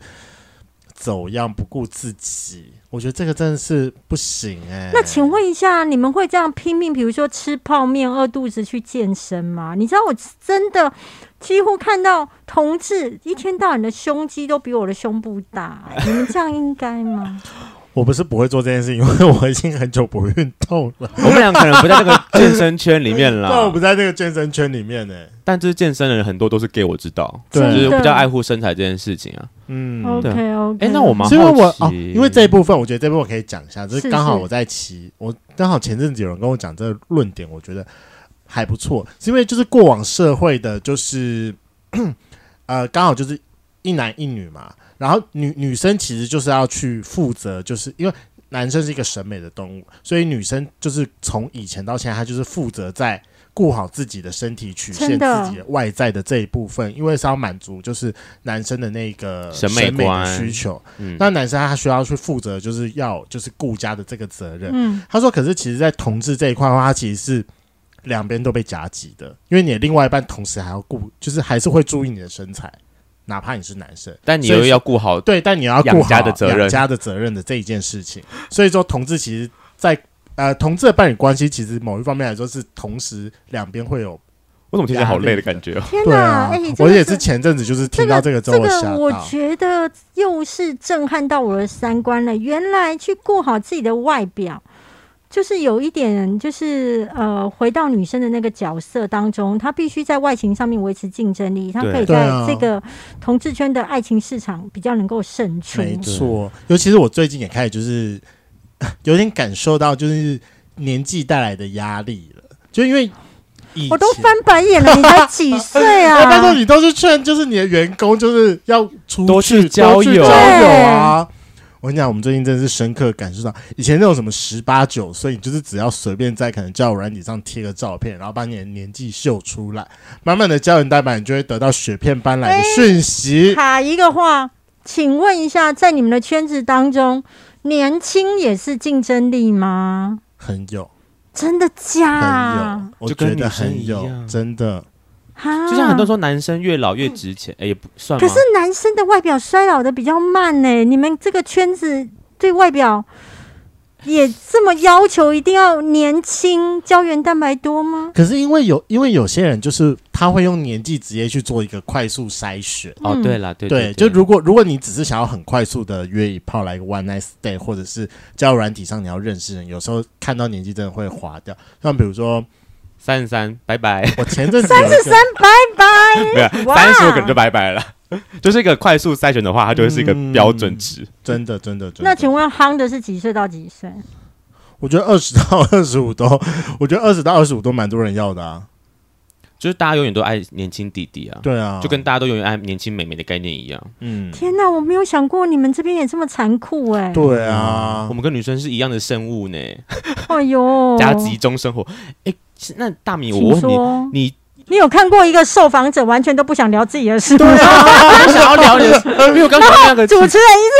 走样不顾自己，我觉得这个真的是不行哎、
那请问一下，你们会这样拼命，比如说吃泡面、饿肚子去健身吗？你知道我真的几乎看到同志一天到晚的胸肌都比我的胸部 大、你们这样应该吗？
我不是不会做这件事情，因为我已经很久不运动了，
我们俩可能不在这个健身圈里面 啦，
但我不在那个健身圈里面哎呢、
但就是健身的人很多都是 gay，我知道，
对
就是比较爱护身材这件事情啊。
嗯
OK OK，
哎、那我蛮好
是
奇，
因为我哦，因为这一部分，我觉得这部分我可以讲一下，就是
是
刚好
是
我在骑，我刚好前阵子有人跟我讲这个论点，我觉得还不错，是因为就是过往社会的，就是 呃，刚好就是一男一女嘛，然后女女生其实就是要去负责，就是因为男生是一个审美的动物，所以女生就是从以前到现在，她就是负责在。顾好自己的身体曲线，
真的
自己的外在的这一部分，因为是要满足就是男生的那个
审美
美的
观
需求。
嗯
那男生他需要去负责，就是要就是顾家的这个责任。
嗯，
他说，可是其实，在同志这一块的话，他其实是两边都被夹击的，因为你的另外一半同时还要顾，就是还是会注意你的身材，哪怕你是男生，
但你
所以
又要顾好，
对，但你要顾
养
好
家的责任
养家的责任的这一件事情。所以说，同志其实在呃同志的伴侣关系，其实某一方面来说是同时两边会有。
我怎么听起来好累的感觉哦？
天
对
哪，
啊
哎、，
我也是
这个
前阵子就是听到这个之
这
后吓
个我
到。
觉得又是震撼到我的三观了。原来去顾好自己的外表，就是有一点，就是呃，回到女生的那个角色当中，她必须在外形上面维持竞争力，她
对
可以
对
在
啊
这个同志圈的爱情市场比较能够胜出。
没错，尤其是我最近也开始就是 有点感受到，就是年纪带来的压力了，就因为以
我都
前哎
翻白眼了，你才几岁啊？
那时候你都是劝，就是你的员工就是要出去
多去交友
多去交友啊。我跟你讲，我们最近真的是深刻感受到，以前那种什么十八九岁，你就是只要随便在可能交友软体上贴个照片，然后把你的年纪秀出来，满满的胶原蛋白，你就会得到雪片般来的
哎
讯息。
卡一个话，请问一下，在你们的圈子当中，年轻也是竞争力吗？
很有，
真的假
很有，
啊？
我
就
觉
跟
得
女生
很
一
有，
样
真的。
哈
就像很多人说，男生越老越值钱，哎，也不算吗？
嗯可是男生的外表衰老的比较慢呢、你们这个圈子对外表也这么要求，一定要年轻、胶原蛋白多吗？
可是因为有，因为有些人就是他会用年纪直接去做一个快速筛选。
嗯
哦，对啦，对
对，就如果如果你只是想要很快速的约一炮来一个 one night stay，或者是交友软体上你要认识人，有时候看到年纪真的会划掉。像比如说，
三十三，拜拜，
我前阵子三十三，
没有
嗯哇
三十五可能就拜拜了。 就是一个快速筛选的话，它就会是一个标准值。
真的真的真
那
的，
请问夯的是几岁到几岁？
我觉得二十到二十五都，我觉得二十到二十五都蛮多人要的啊。
就是大家永远都爱年轻弟弟啊，
对啊，
就跟大家都永远爱年轻妹妹的概念一样。
嗯，
天哪，我没有想过你们这边也这么残酷
嗯
哎、
对啊
我，们跟女生是一样的生物呢，
哎呦，
加集中生活。哎，是那大米，我
请
问你，
说。
你
你有看过一个受访者完全都不想聊自己的事吗？
啊我想要聊你的， 呃因为我刚刚那 个
主持人一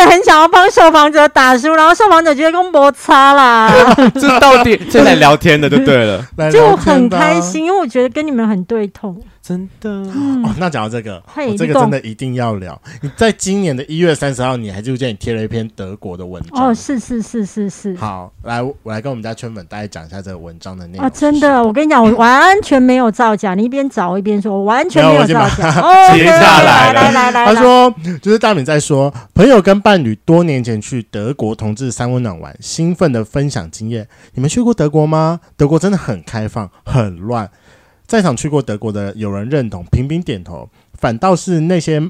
直很想要帮受访者打书，然后受访者觉得跟摩擦啦，
这到底现在聊天的就对了，
来
就
聊天啊
很
吧
开。心，因为我觉得跟你们很对痛。
真的。
嗯
哦，那讲到这个，
嘿
我这
你
个
懂
真的一定要聊。你在今年的一月三十号，你还记不记得你贴了一篇德国的文章？
哦，是是是是是，
好，来，我来跟我们家圈粉大概讲一下这个文章的内容。
啊，真的，我跟你讲，我完全没有造假。你一边找一边说，我完全没有造假。哦，
截下来了
来来来，
他说，就是大敏在说，朋友跟伴侣多年前去德国同志三温暖玩，兴奋的分享经验。你们去过德国吗？德国真的很开放，很乱。在场去过德国的有人认同，频频点头，反倒是那些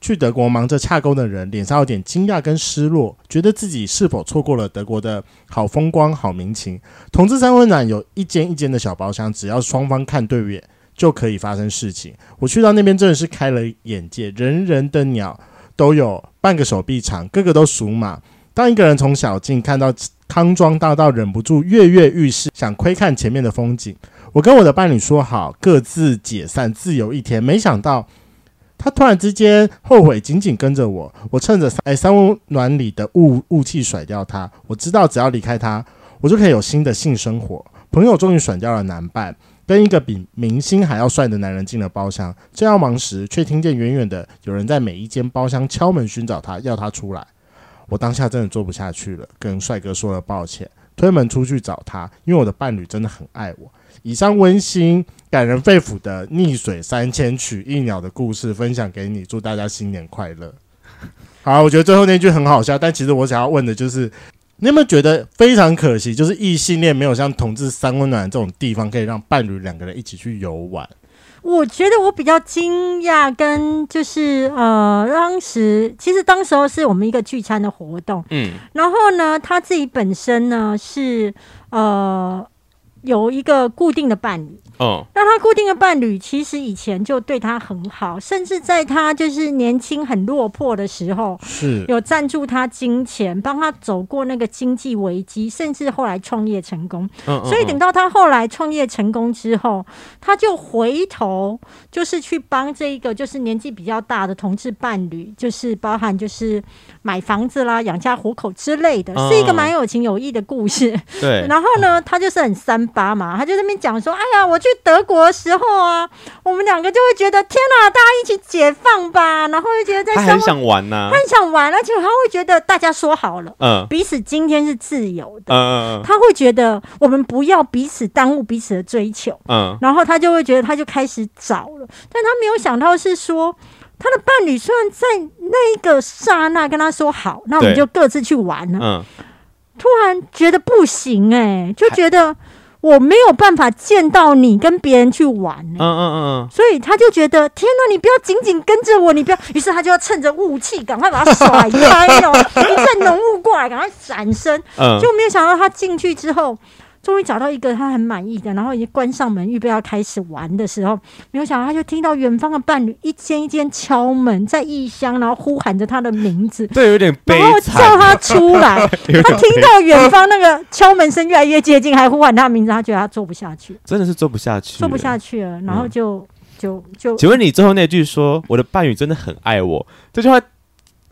去德国忙着洽公的人，脸上有点惊讶跟失落，觉得自己是否错过了德国的好风光、好民情。同志三温暖有一间一间的小包厢，只要双方看对眼，就可以发生事情。我去到那边真的是开了眼界，人人的鸟都有半个手臂长，个个都属马。当一个人从小径看到康庄大道，忍不住跃跃欲试，想窥看前面的风景。我跟我的伴侣说好各自解散，自由一天，没想到。他突然之间后悔，紧紧跟着我。我趁着三哎三温暖里的雾雾气甩掉他。我知道只要离开他，我就可以有新的性生活。朋友终于甩掉了男伴，跟一个比明星还要帅的男人进了包厢，正要忙时，却听见远远的有人在每一间包厢敲门寻找他，要他出来。我当下真的做不下去了，跟帅哥说了抱歉，推门出去找他，因为我的伴侣真的很爱我。以上温馨、感人肺腑的《逆水三千曲》一鸟的故事分享给你，祝大家新年快乐。好，我觉得最后那句很好笑，但其实我想要问的就是，你有没有觉得非常可惜？就是异性恋没有像同志三温暖这种地方，可以让伴侣两个人一起去游玩。
我觉得我比较惊讶，跟就是呃，当时其实当时候是我们一个聚餐的活动，
嗯，
然后呢，他自己本身呢是呃有一个固定的伴侣，
哦，
那他固定的伴侣其实以前就对他很好，甚至在他就是年轻很落魄的时候，
嗯
是
有赞助他金钱，帮他走过那个经济危机，甚至后来创业成功。
嗯嗯
所以等到他后来创业成功之后，他就回头就是去帮这一个就是年纪比较大的同志伴侣，就是包含就是买房子啦、养家糊口之类的，
嗯
是一个蛮有情有义的故事。
对，
然后呢，他就是很三八嘛，他就在那边讲说：“哎呀，我去德国的时候啊，我们两个就会觉得天哪、大家一起解放吧，然后就觉得在
他
生
很
活
想玩呐、
他很想玩，而且他会觉得大家说好了，
嗯
彼此今天是自由的，
嗯嗯
他会觉得我们不要彼此耽误彼此的追求，
嗯
然后他就会觉得他就开始找了，但他没有想到是说。他的伴侣虽然在那一个刹那跟他说好，那我们
对
就各自去玩了，
嗯
突然觉得不行哎、就觉得我没有办法见到你跟别人去玩、
嗯
欸
嗯嗯
所以他就觉得天哪，你不要紧紧跟着我，你不要。于是他就要趁着雾气，赶快把它甩开 哦，一阵浓雾过来，赶快闪身。
嗯，
就没有想到他进去之后，终于找到一个他很满意的，然后已经关上门，预备要开始玩的时候，没有想到他就听到远方的伴侣一间一间敲门，在异乡，然后呼喊着他的名字。
对，有点悲
然后叫
惨。啊
他出 来，
有点
他听到远方那个敲门声越来越接近，还呼喊他的名字，他觉得他做不下去，
真的是嗯做不下去，
做不下。去了，然后就、就就
请问你最后那句说“我的伴侣真的很爱我”，这句话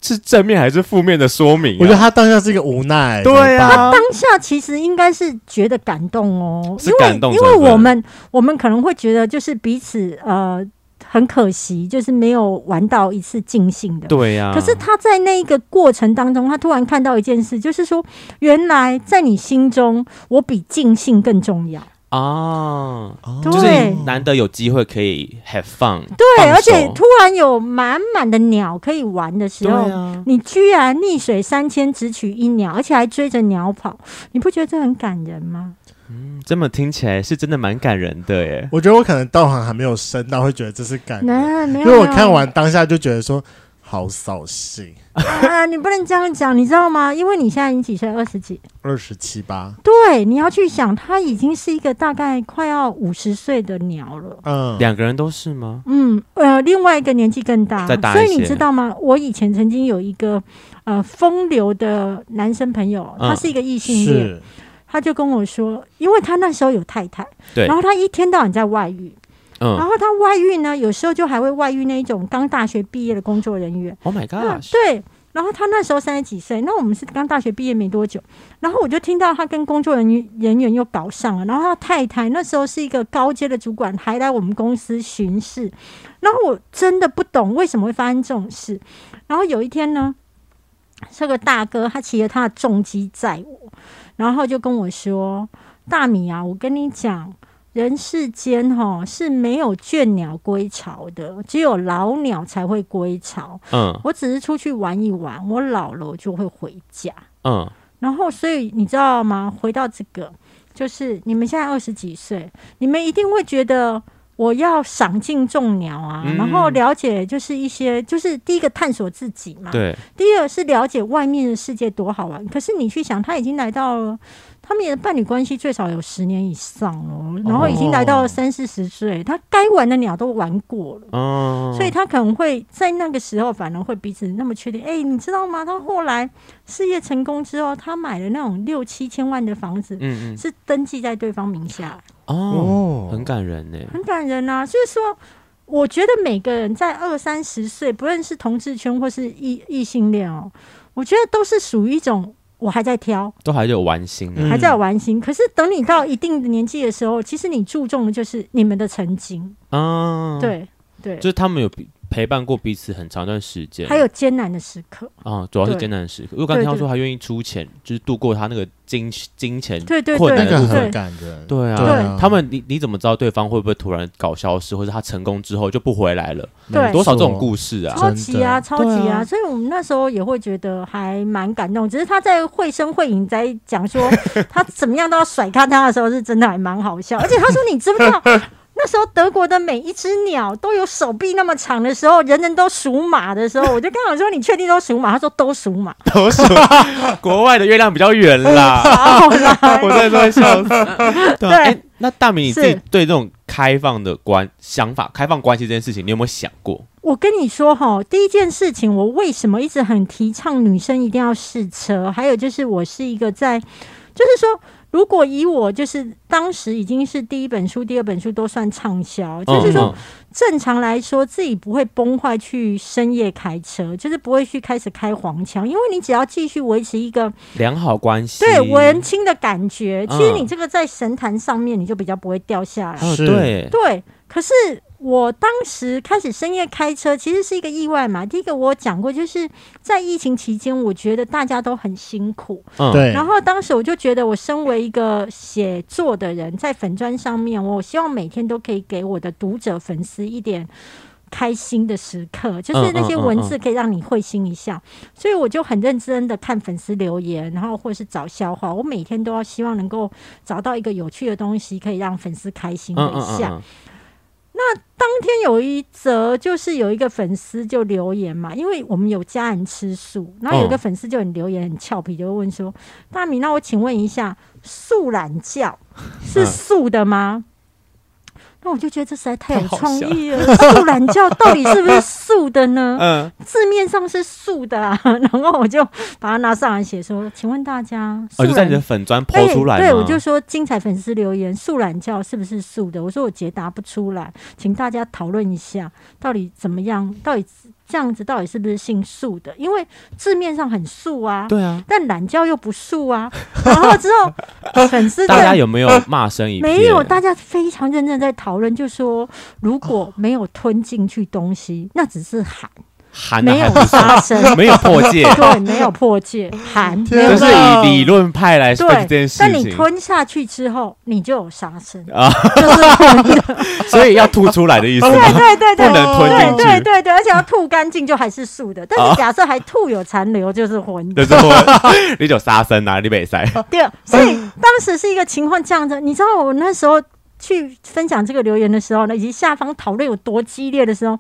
是正面还是负面的说明、啊？
我觉得他当下是一个无奈，怎
对
么办
啊，
当下其实应该是觉得感动哦，
是
因为
感动
因
成
为
分
我们我们可能会觉得就是彼此呃很可惜，就是没有玩到一次尽兴的。
对啊呀、
可是他在那一个过程当中，他突然看到一件事，就是说，原来在你心中，我比尽兴更重要。
啊，
对、
就是难得有机会可以 have fun，放
对，
手
而且突然有满满的鸟可以玩的时
对
候，
啊，
你居然逆水三千，只取一鸟，而且还追着鸟跑，你不觉得这很感人吗？
这么听起来是真的蛮感人的耶。
我觉得我可能道行还没有深到会觉得这是感人，
那啊没有，
因为我
没有
看完当下就觉得说好扫兴，
啊，你不能这样讲，你知道吗？因为你现在你几岁？二十几？
二十七八，
对，你要去想，他已经是一个大概快要五十岁的鸟了。
嗯，
两个人都是吗？
嗯，呃，另外一个年纪更大，
再大一
所
些
以你知道吗？我以前曾经有一个呃风流的男生朋友，
嗯
他是一个异性恋，
是
他就跟我说，因为他那时候有太太，
对
然后他一天到晚在外遇，然
嗯
后他外遇呢，有时候就还会外遇那一种刚大学毕业的工作人员，
，Oh my
嗯
gosh，
对。然后他那时候三十几岁，那我们是刚大学毕业没多久，然后我就听到他跟工作人员人员又搞上了，然后他太太那时候是一个高阶的主管，还来我们公司巡视，然后我真的不懂为什么会发生这种事。然后有一天呢，这个大哥他骑着他的重机载我，然后就跟我说：“大米啊，我跟你讲。”人世间哈是没有倦鸟归巢的，只有老鸟才会归巢。
嗯
我只是出去玩一玩，我老了我就会回家。
嗯，
然后，所以你知道吗？回到这个，就是你们现在二十几岁，你们一定会觉得我要赏尽众鸟啊，
嗯
然后了解就是一些，就是第一个探索自己嘛，
对，
第二是了解外面的世界多好玩。可是你去想，他已经来到了。他们的伴侣关系最少有十年以上哦，然后已经来到了三四十岁，他该玩的鸟都玩过了。
嗯，
所以他可能会在那个时候反而会彼此那么确定。哎、你知道吗？他后来事业成功之后，他买了那种六七千万的房子，
嗯嗯，
是登记在对方名下，
哦，
哦
很感人呢。
很感人啊。就是说，我觉得每个人在二三十岁，不论是同志圈或是异异性恋哦，我觉得都是属于一种。我还在挑，
都还有玩心啊，
嗯
还在玩心。可是等你到一定的年纪的时候，其实你注重的就是你们的曾经，
啊，，
嗯对对
就，是他们有彼陪伴过彼此很长一段时间，
还有艰难的时刻。
啊，主要是
对
艰难的时刻。因为我刚才
对
听到说
对
他愿意出钱，就是度过他那个金金钱
对对
困
对
那
难的
个
部分。
很感人，
对啊，
对
啊
他们你你怎么知道对方会不会突然搞消失，或者他成功之后就不回来了？
对
多少这种故事啊？
超级啊，超级
对
啊！
啊
所以我们那时候也会觉得还蛮感动。只是他在绘声绘影在讲说他怎么样都要甩开他的时候，是真的还蛮好笑。而且他说：“你知不知道？”那时候德国的每一只鸟都有手臂那么长的时候，人人都属马的时候，我就刚好说你确定都属马？他说都属马，
都是国外的月亮比较圆啦，
好啦，
我在这边笑死。对啊，
对
哎，那大明你自己
是
对这种开放的关想法、开放关系这件事情，你有没有想过？
我跟你说哈，第一件事情，我为什么一直很提倡女生一定要试车？还有就是，我是一个在。就是说，如果以我就是当时已经是第一本书、第二本书都算畅销，就是说
嗯
正常来说自己不会崩坏去深夜开车，就是不会去开始开黄腔，因为你只要继续维持一个
良好关系，
对文青的感觉，
嗯
其实你这个在神坛上面你就比较不会掉下来。
哦
是
对，
对，可是我当时开始深夜开车，其实是一个意外嘛。第一个我有讲过，就是在疫情期间，我觉得大家都很辛苦。
嗯
对，
然后当时我就觉得，我身为一个写作的人，在粉砖上面，我希望每天都可以给我的读者粉丝一点。开心的时刻，
嗯
就是那些文字可以让你会心一笑，所以我就很认真的看粉丝留言，然后或是找笑话，我每天都要希望能够找到一个有趣的东西，可以让粉丝开心
嗯
的
嗯
一
嗯
下。
嗯，
当天有一则就是有一个粉丝就留言嘛，因为我们有家人吃素，然后有一个粉丝就很留言很俏皮，就会问说：“大米，那我请问一下，素懒觉
嗯
是素的吗？”那我就觉得这实在太有
太好
创 意了，素懒觉到底是不是素的呢？
嗯
字面上是素的、啊， 然后我就把它拿上来写说：“请问大家，素
哦，就在
懒
你的粉砖抛
对
出来吗，
哎对，我就说精彩粉丝留言，素懒觉是不是素的？我说我解答不出来，请大家讨论一下，到底怎么样？到底这样子到底是不是姓素的？因为字面上很素啊，
对啊，
但懒觉又不 素啊。然后之后粉丝
大家
的。
有没有骂声一片？
呃没有，大家非常认真在讨论，就说如果没有吞进去东西，那只是喊，
含
没
的
有
还不是
发 生，
没有破戒，
对，没有破戒，喊，没有
这
天
是
哪
以理论派来分这件
对，
事
但你
情，
吞下去之后，你就有杀生
啊
就是
所以要吐出来的意思
对
吗？
对对
不
对，
能吞进去哦
对对对对，而且要吐干净就还是素的，但是假设还吐有残留就是荤的。
就是我， 你就杀生啊，你北塞，
对，所以当时是一个情况这样子，你知道我那时候去分享这个留言的时候呢，以及下方讨论有多激烈的时候，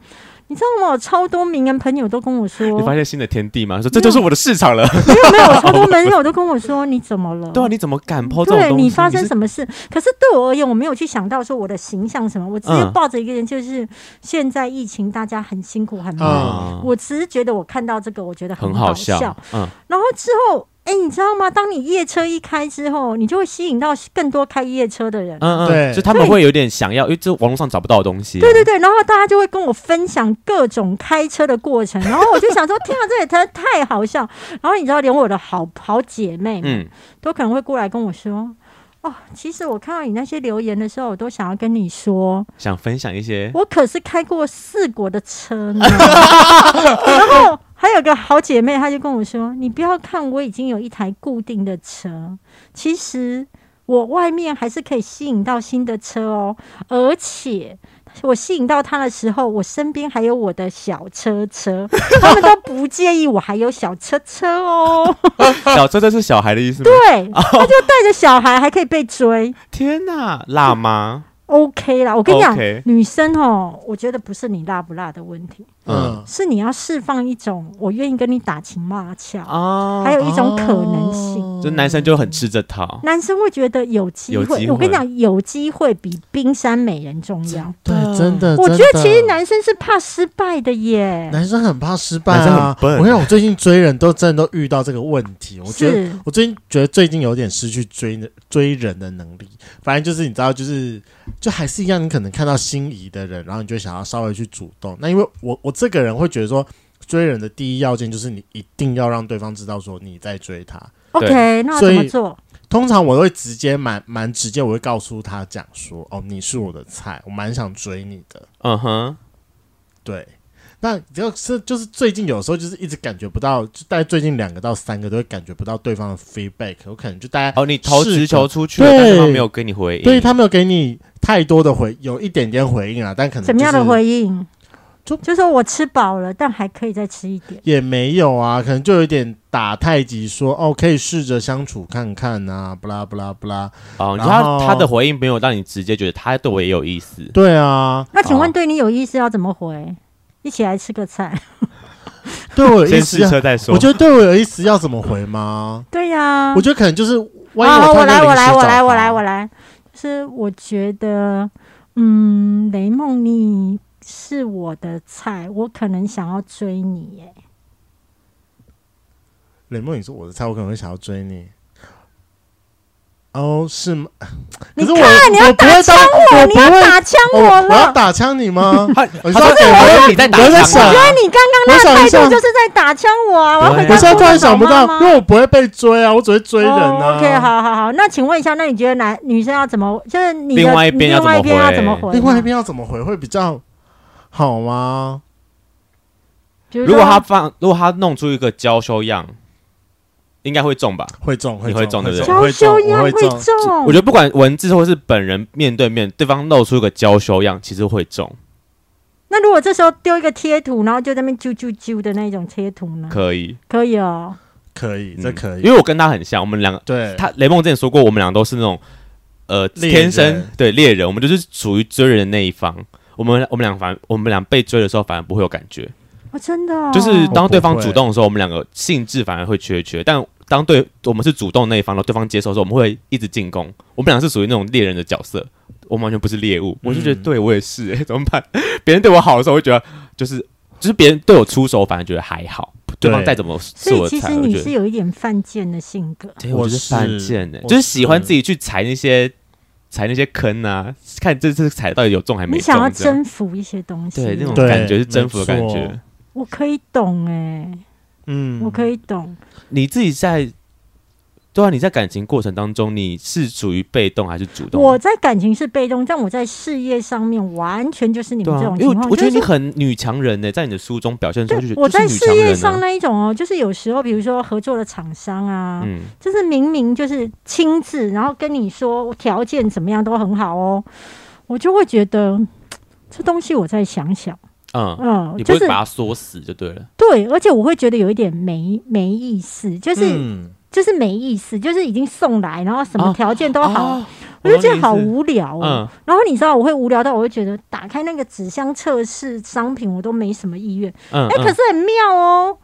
你知道吗？我超多名人朋友都跟我说，
你发现新的天地吗？说这就是我的市场了。
没有没有， 我超多朋友都跟我说你怎么了？
对啊，你怎么敢抛这种
对
东西？
你发生
是
什么事？可是对我而言，我没有去想到说我的形象什么，我只是
嗯
抱着一个人，就是现在疫情大家很辛苦很忙，
啊，
我只是觉得我看到这个，我觉得
很
好
好笑，嗯，
然后之后，哎、你知道吗？当你夜车一开之后，你就会吸引到更多开夜车的人。
嗯嗯，
对
就他们会有点想要，因为这网络上找不到的东西、啊
对对，对，然后大家就会跟我分享各种开车的过程，然后我就想说， 天啊，这也太太好笑。然后你知道，连我的好好姐妹，
嗯，
都可能会过来跟我说：“哦，其实我看到你那些留言的时候，我都想要跟你说，
想分享一些，
我可是开过四国的车呢。”然后还有个好姐妹，她就跟我说：“你不要看我已经有一台固定的车，其实我外面还是可以吸引到新的车哦，而且。”我吸引到他的时候，我身边还有我的小车车，他们都不介意我还有小车车哦。
小车这是小孩的意思吗？
对，他就带着小孩还可以被追
天哪，辣妈，
，OK 啦。我跟你讲
OK
女生哦，我觉得不是你辣不辣的问题，
嗯，
是你要释放一种我愿意跟你打情骂俏，
哦
啊，
还有一种可能性。
哦
就男生就很吃这套，
男生会觉得有机
有机
会，
会
我跟你讲，有机会比冰山美人重要。
对，真的，
我觉得
真的
其实男生是怕失败的耶，
男生很怕失败
男生
啊
很。笨
我跟你讲，我最近追人都真的都遇到这个问题，我觉得。
是
我最近觉得最近有点失去追追人的能力，反正就是你知道，就是就还是一样，你可能看到心仪的人，然后你就想要稍微去主动。那因为我我这个人会觉得说，追人的第一要件就是你一定要让对方知道说你在追他。
OK。那我怎
所
么
以
做？
通常我都会直接蛮蛮直接，我会告诉他讲说，哦，你是我的菜，我蛮想追你的。
嗯哼，
对，那只要是就是最近有时候就是一直感觉不到，就大概最近两个到三个都会感觉不到对方的 feedback，我可能就大概
哦，你投
是
直
的
球出去了，
对
但对方没有给你回应，
对他没有给你太多的回，有一点点回应啊，但可能、
怎么样的回应？
就
就说我吃饱了，但还可以再吃一点。
也没有啊，可能就有点打太极说，哦，可以试着相处看看啊，不啦不啦不啦，
哦，你说
然后
他他的回应没有让你直接觉得他对我也有意思，
对啊，
那请问
哦
对你有意思要怎么回？一起来吃个菜。
对我有意
先
思
试
要，
车再说
我。觉得对我有意思要怎么回吗？
对呀、
我觉得可能就是，万一
嗯好，
我
啊我来，我来，我来，我来，
来
我来。就是我觉得，嗯，雷梦，你是我的菜，我可能想要追你耶。
雷梦，你是我的菜，我可能会想要追你。哦，是吗？可
你
是我
看，你要
我不会
打枪
当
我，
我
你
不
要
会
打枪
哦
我
我要
了。
打枪你吗？
他
我
他
说
说
我
我说你在打
我在
枪
想
啊
因，为你刚刚
我
那
想
个态
一下
度就是在打枪我啊！我要回
我
家
现在
哭
突然
着找
想不
妈
到，
妈
因为我不会被追啊，我只会追人
哦
啊。
OK，好好好，那请问一下，那你觉得男女生要怎么？就是你的
另外一边
你
要
另外一
怎么
边要
回
怎么回？
另外一，边要怎么回会比较好吗？
如
如果他放，如果他弄出一个娇羞样，应该会中吧？
会中，
你
会
会
中，
中对不对
我
娇
会中
羞样
我会
会
中。
中，
我觉得不管文字或是本人面对面，对方露出一个娇羞样，其实会中，
那如果这时候丢一个贴图，然后就在那边啾啾啾的那种贴图呢？
可以，
可以哦，
可以，
嗯
这可以。
因为我跟他很像，我们两个，
对，
他雷梦之前说过，我们俩都是那种呃
猎
天生
人
对猎人，我们就是属于追人的那一方。我们我们俩反我们俩被追的时候反而不会有感觉，
哦，真的哦，
就是
哦
当
不
对方
会
主动的时候，我们两个兴致反而会缺缺，但当对我们是主动那一方，然后对方接受的时候，我们会一直进攻。我们俩是属于那种猎人的角色，我们完全不是猎
嗯
物。我就觉得，对我也是、 欸，怎么办？别人对我好的时候，我会觉得就是就是别人对我出手，反而觉得还好。对方再怎么是
所以
我的
其
菜，
实
我
你
觉
是
得
有一点犯贱的性格，
对
我
我就是犯
是
贱的、欸
我
就是喜欢
是
自己去踩那些踩那些坑啊，看这次踩到底有中还没
你
中
想要
这样。
征服一些东西，
对那种
对
感觉是征
没
服的感
错
觉。
我可以懂哎，
嗯，
我可以懂，
你自己在，对啊，你在感情过程当中，你是属于被动还是主动？
我在感情是被动，但我在事业上面完全就是你
对
们
啊
这种，
因为
情
我
况，
我觉得
就是
你很女强人呢、欸在你的书中表现出
对，
就是
我在
就是
事
女强
业
人
上
啊。
那一种哦，就是有时候，比如说合作的厂商啊，
嗯，
就是明明就是亲自，然后跟你说条件怎么样都很好哦，我就会觉得嘖这东西我再想想，
嗯，
嗯，
你不
就
会
是
把它缩死就对了。
对，而且我会觉得有一点没没意思，就是、
嗯
就是没意思，就是已经送来，然后什么
啊
条件都好，
哦
我就觉得好无聊哦。
嗯
然后你知道我会无聊到我会觉得打开那个纸箱测试商品，我都没什么意愿。
嗯，
哎、可
嗯
是很妙哦。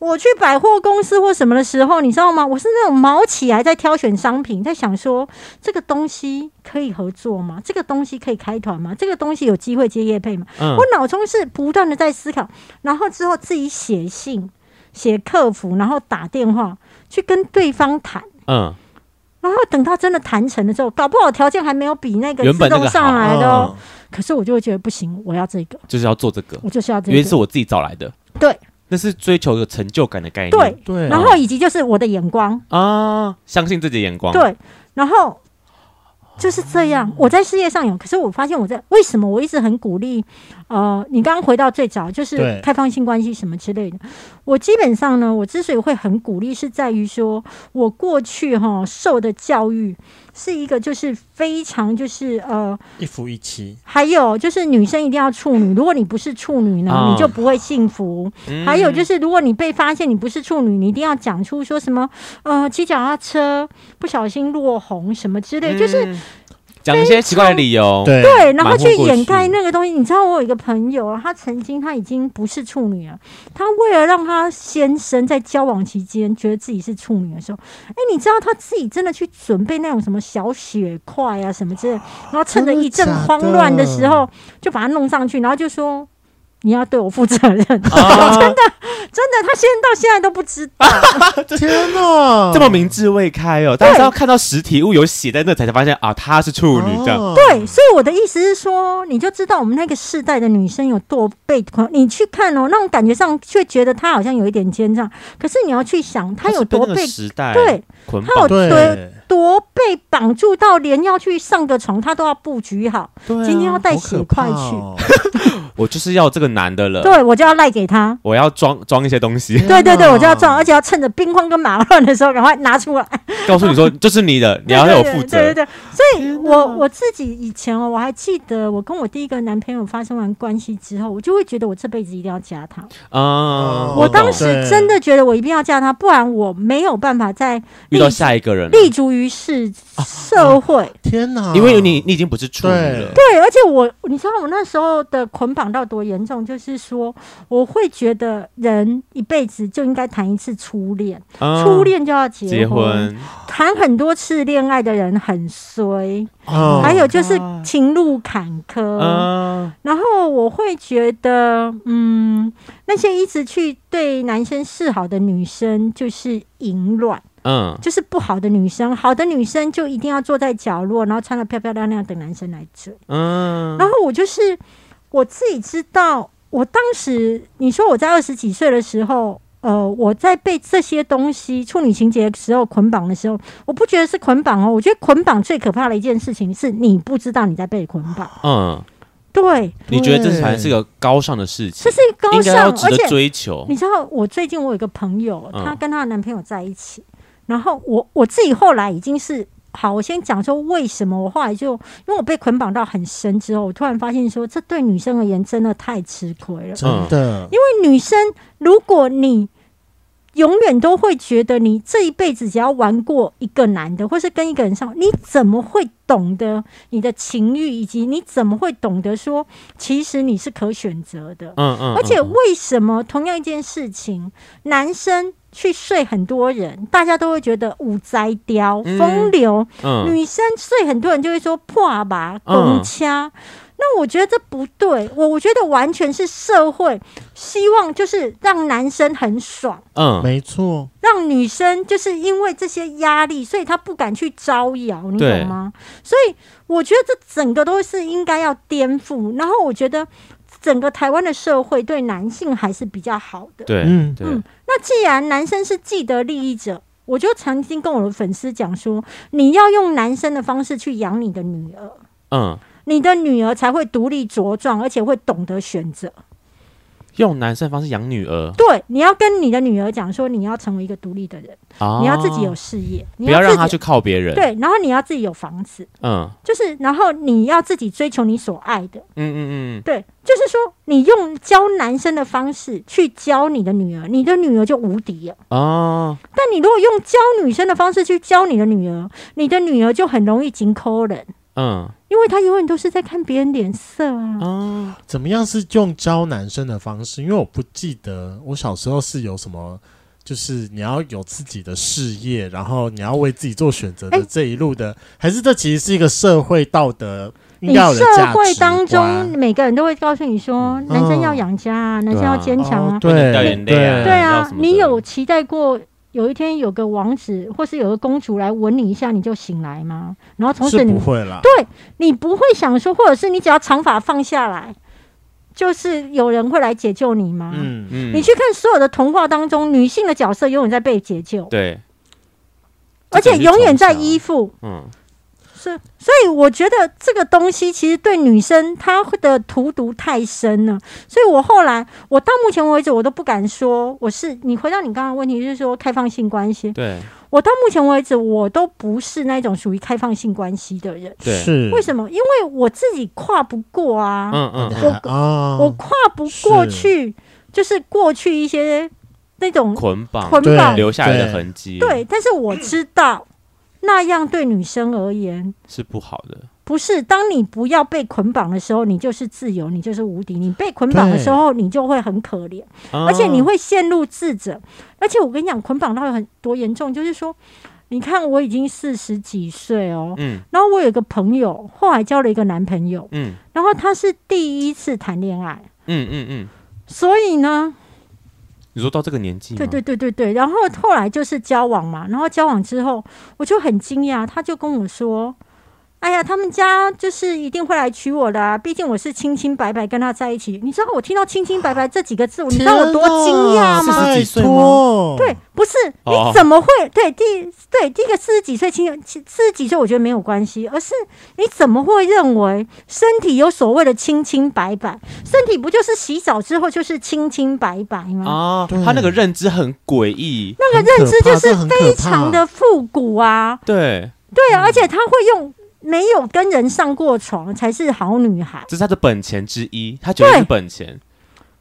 我去百货公司或什么的时候，你知道吗？我是那种毛起来在挑选商品，在想说这个东西可以合作吗？这个东西可以开团吗？这个东西有机会接业配吗？
嗯
我脑中是不断的在思考，然后之后自己写信、写客服，然后打电话去跟对方谈。
嗯，
然后等到真的谈成了之后，搞不好条件还没有比那个
原
自
本那
动
个
上来的、哦
嗯，
可是我就会觉得不行，我要这个，
就是要做这个，
我就是要这
因为是
个。
我自己找来的。
对，
那是追求一个成就感的概念。
对，
对，啊
然后以及就是我的眼光，
啊，相信自己的眼光。，
对，然后就是这样。我在事业上有，可是我发现我在为什么我一直很鼓励，呃，你刚刚回到最早就是
对
开放性关系什么之类的。我基本上呢，我之所以会很鼓励，是在于说我过去哈受的教育是一个就是非常就是呃，
一夫一妻，
还有就是女生一定要处女，如果你不是处女呢，
啊
你就不会幸福。
嗯
还有就是，如果你被发现你不是处女，你一定要讲出说什么呃，骑脚踏车不小心落红什么之类，就是
嗯讲一些奇怪的理由。，
对
对，然后
瞒
去
混过
掩盖
去
那个东西。你知道，我有一个朋友啊，他曾经他已经不是处女了，他为了让他先生在交往期间觉得自己是处女的时候，哎，你知道他自己真的去准备那种什么小血块啊什么之类，然后趁着一阵
真的假的
慌乱的时候就把它弄上去，然后就说。你要对我负责任， 真的
啊，
真的，他现在到现在都不知道，
天哪，
这么明智未开哦，但是要看到实体物有写在那才才发现啊，她是处女这样。
哦
对，所以我的意思是说，你就知道我们那个世代的女生有多被狂。你去看哦，那种感觉上却觉得她好像有一点奸诈，可是你要去想，她有
是被
多
那
被
个时代
对
捆
她有
绑。
多
对，
多被绑住到连要去上个床，她都要布局好，
对
今天要带
好
血
可
块
怕
去，
哦！
我就是要这个男的了，
对我就要赖给她。
我要装装一些东西，
对对对，
天
我就要
哪
撞，而且要趁着兵荒跟马乱的时候赶快拿出来。
告诉你 说这是你的， 你要有负
对对
责。
对，对所以我我自己以前哦，我还记得我跟我第一个男朋友发生完关系之后，我就会觉得我这辈子一定要嫁他。
啊，
我当
懂
时
对
真的觉得我一定要嫁他，不然我没有办法再
遇到下一个人了，
立足于世社会。
天哪，
因为你你已经不是处女
对
了，
对，而且我，你知道我那时候的捆绑到多严重，就是说，我会觉得人一辈子就应该谈一次初恋，
啊
初恋就要
结
结婚，
婚，
谈很多次恋爱的人很衰，
哦
还有就是情路坎坷。
啊，
然后我会觉得，嗯，那些一直去对男生示好的女生就是淫乱。
嗯
嗯，
就是不好的女生，好的女生就一定要坐在角落，然后穿的漂漂亮亮等男生来追。
嗯，
然后我就是我自己知道，我当时你说我在二十几岁的时候，呃，我在被这些东西处女情节的时候捆绑的时候，我不觉得是捆绑哦，我觉得捆绑最可怕的一件事情是你不知道你在被捆绑。
嗯，
哦
对，
你觉得这才是个高尚的事
这
情，
是一个高
应该
尚，
要值
而
得
且
追
哦
求。
你知道，我最近我有一个朋友，
嗯
她跟她的男朋友在一起，然后我我自己后来已经是好，我先讲说为什么我后来就因为我被捆绑到很深之后，我突然发现说，这对女生而言真的太吃亏了。
真的，
因为女生，如果你永远都会觉得你这一辈子只要玩过一个男的，或是跟一个人上，你怎么会懂得你的情欲，以及你怎么会懂得说，其实你是可选择的？
嗯嗯，
而且
嗯
为什么同样一件事情，男生去睡很多人，大家都会觉得五灾雕、
嗯
风流；
嗯
女生睡很多人就会说破吧、
嗯
拱掐。那我觉得这不对，我我觉得完全是社会希望就是让男生很爽，
嗯嗯
没错，
让女生就是因为这些压力，所以她不敢去招摇，你
对
懂吗？所以我觉得这整个都是应该要颠覆。然后我觉得整个台湾的社会对男性还是比较好的。
对
嗯
对
嗯那既然男生是既得利益者，我就曾经跟我的粉丝讲说，你要用男生的方式去养你的女儿，
嗯，
你的女儿才会独立茁壮，而且会懂得选择。
用男生的方式养女儿，
对，你要跟你的女儿讲说，你要成为一个独立的人，
啊
你要自己有，事业，你
不要让
自己
他去靠别人。，
对，然后你要自己有房子，
嗯
就是然后你要自己追求你所爱的，
嗯嗯嗯，
对，就是说你用教男生的方式去教你的女儿，你的女儿就无敌了。
哦，
但你如果用教女生的方式去教你的女儿，你的女儿就很容易紧抠人，
嗯
因为她永远都是在看别人脸色啊。
哦，
怎么样是用教男生的方式？因为我不记得我小时候是有什么，就是你要有自己的事业，然后你要为自己做选择的
哎
这一路的，还是这其实是一个社会道德应
你
该有的
社
价
会
值观
当
嗯
中，每个人都会告诉你说，男生要养家啊，男生要坚强啊
哦，
不能掉
对
眼泪啊
对
要
啊
什，么的
你有期待过有一天有个王子或是有个公主来吻你一下你就醒来吗？然后从
是
此
不
你
会啦。
对你不会想说，或者是你只要长发放下来，就是有人会来解救你吗？
嗯，
嗯，
你去看所有的童话当中，女性的角色永远在被解救，
对，
而且永远在依
一，
附。
嗯
是，所以我觉得这个东西其实对女生她的荼毒太深了，所以我后来我到目前为止我都不敢说我是你回到你刚刚的问题，就是说开放性关系，
对
我到目前为止我都不是那种属于开放性关系的人，
对，
是
为什么？因为我自己跨不过啊，
嗯嗯嗯，
我
啊，
我跨不过去，就是过去一些那种
捆绑
捆
对
绑
留下来的痕迹，
对，，但是我知道那样对女生而言
是不好的。
不是。当你不要被捆绑的时候，你就是自由，你就是无敌。你被捆绑的时候，你就会很可怜，
啊
而
而
且你会陷入自责。而且我跟你讲，捆绑到很多严重，就是说，你看我已经四十几岁哦。
嗯
然后我有一个朋友，后来交了一个男朋友，
嗯
然后他是第一次谈恋爱，
嗯嗯嗯，
所以呢，
你说到这个年纪吗，
对对对对对，然后后来就是交往嘛，然后交往之后，我就很惊讶，他就跟我说：“哎呀，他们家就是一定会来娶我的、啊，毕竟我是清清白白跟他在一起。”你知道我听到“清清白白”这几个字，哦你知道我多惊讶
天哪
吗？
四十几岁吗
吗
对，，不是你
哦
怎么会对第对第一个四十几岁清四十几岁，我觉得没有关系，而是你怎么会认为身体有所谓的清清白白？身体不就是洗澡之后就是清清白白吗？
啊，
对
他那个认知很诡异，
那个认知就是非常的复古啊，
对，
对
嗯
啊，而且她会用没有跟人上过床才是好女孩，
这是他的本钱之一，他觉得是
对
本钱，，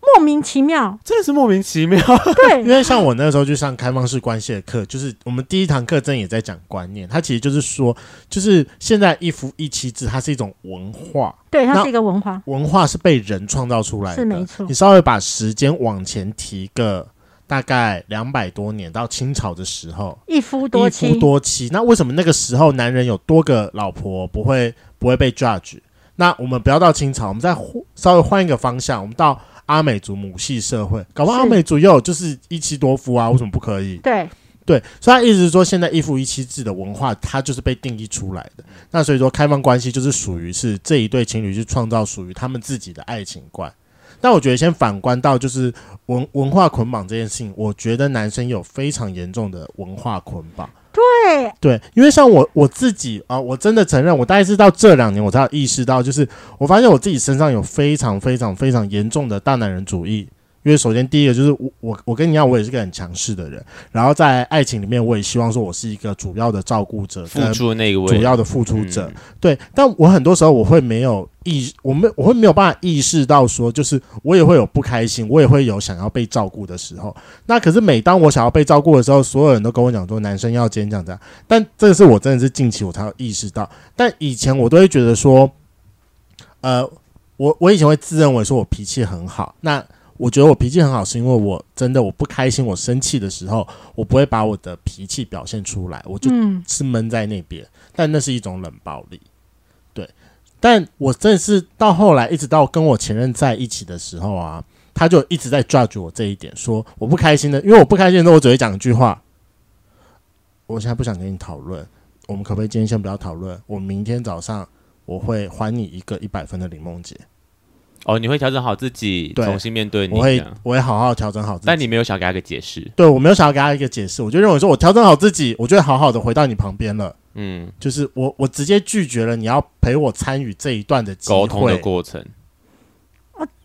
莫名其妙
真的是莫名其妙。
因
对
为像我那时候去上开放式关系的课，就是我们第一堂课真的也在讲观念，它其实就是说，就是现在一夫一妻制，它是一种文化，
对，
那
她是一个文化，
文化是被人创造出来的，
是没错
你稍微把时间往前提个大概两百多年，到清朝的时候，
一夫多
一
妻
夫，多妻。那为什么那个时候男人有多个老婆不会不会被 judge？那我们不要到清朝，我们再换稍微换一个方向，我们到阿美族母系社会，搞不好
是
阿美族也有就是一妻多夫啊，为什么不可以？
对
对，所以他意思是说，现在一夫一妻制的文化，它就是被定义出来的。那所以说，开放关系就是属于是这一对情侣去创造属于他们自己的爱情观。但我觉得先反观到就是文文化捆绑这件事情，我觉得男生有非常严重的文化捆绑。
对，
对，因为像我我自己啊、我真的承认，我大概是到这两年我才有意识到，就是我发现我自己身上有非常非常非常严重的大男人主义。因为首先第一个就是我我我跟你一样，我也是个很强势的人，然后在爱情里面，我也希望说我是一个主要的照顾者，呃
付出的那个
主
位，
要的付出者。对，但我很多时候我会没有意，我没我会没有办法意识到说，就是我也会有不开心，我也会有想要被照顾的时候。那可是每当我想要被照顾的时候，所有人都跟我讲说男生要坚强这样。但这是我真的是近期我才有意识到，但以前我都会觉得说，呃，我我以前会自认为说我脾气很好，那。我觉得我脾气很好，是因为我真的我不开心、我生气的时候，我不会把我的脾气表现出来，我就
嗯，
是闷在那边，但那是一种冷暴力。对，但我真的是到后来，一直到跟我前任在一起的时候啊，他就一直在 judge 我这一点，说我不开心的，因为我不开心的时候，我只会讲一句话：我现在不想跟你讨论，我们可不可以今天先不要讨论？我明天早上我会还你一个一百分的林梦洁，
哦，你会调整好自己，
对
重新面对你
我
这
会
样。
我会好好调整好自己。
但你没有想要给他一个解释，
对我没有想要给他一个解释，我就认为说我调整好自己，我就会好好的回到你旁边了。
嗯，
就是我我直接拒绝了你要陪我参与这一段的机会
沟通的过程，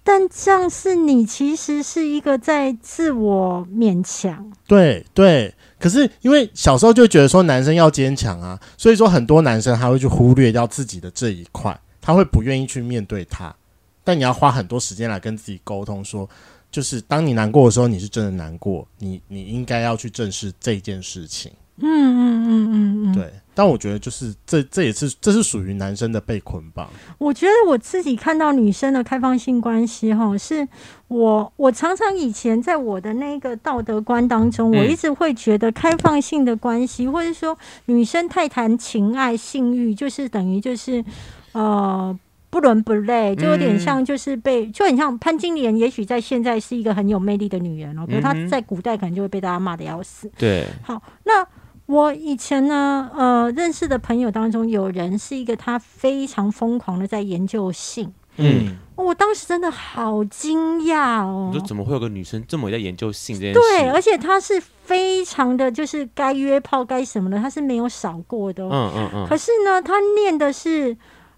但这样是你其实是一个在自我勉强，
对对，可是因为小时候就觉得说男生要坚强啊，所以说很多男生他会去忽略掉自己的这一块，他会不愿意去面对他。但你要花很多时间来跟自己沟通说，就是当你难过的时候，你是真的难过，你你应该要去正视这件事情。
嗯嗯嗯嗯嗯，
对，但我觉得就是这这也是这是属于男生的被捆绑。
我觉得我自己看到女生的开放性关系，哈，是我我常常以前在我的那个道德观当中，
嗯
我一直会觉得开放性的关系，或者说女生太谈情爱、性欲，就是等于就是呃。不伦不类，就有点
嗯
像，就是被，就很像潘金莲。也许在现在是一个很有魅力的女人哦，可是她
嗯哼
在古代可能就会被大家骂的要死。
对，
好，那我以前呢，呃，认识的朋友当中，有人是一个他非常疯狂的在研究性，
嗯，
哦我当时真的好惊讶哦
你。说怎么会有个女生这么在研究性这件事？
对，而且他是非常的，就是该约炮该什么的，他是没有少过的、哦。
嗯嗯嗯
可是呢，他念的是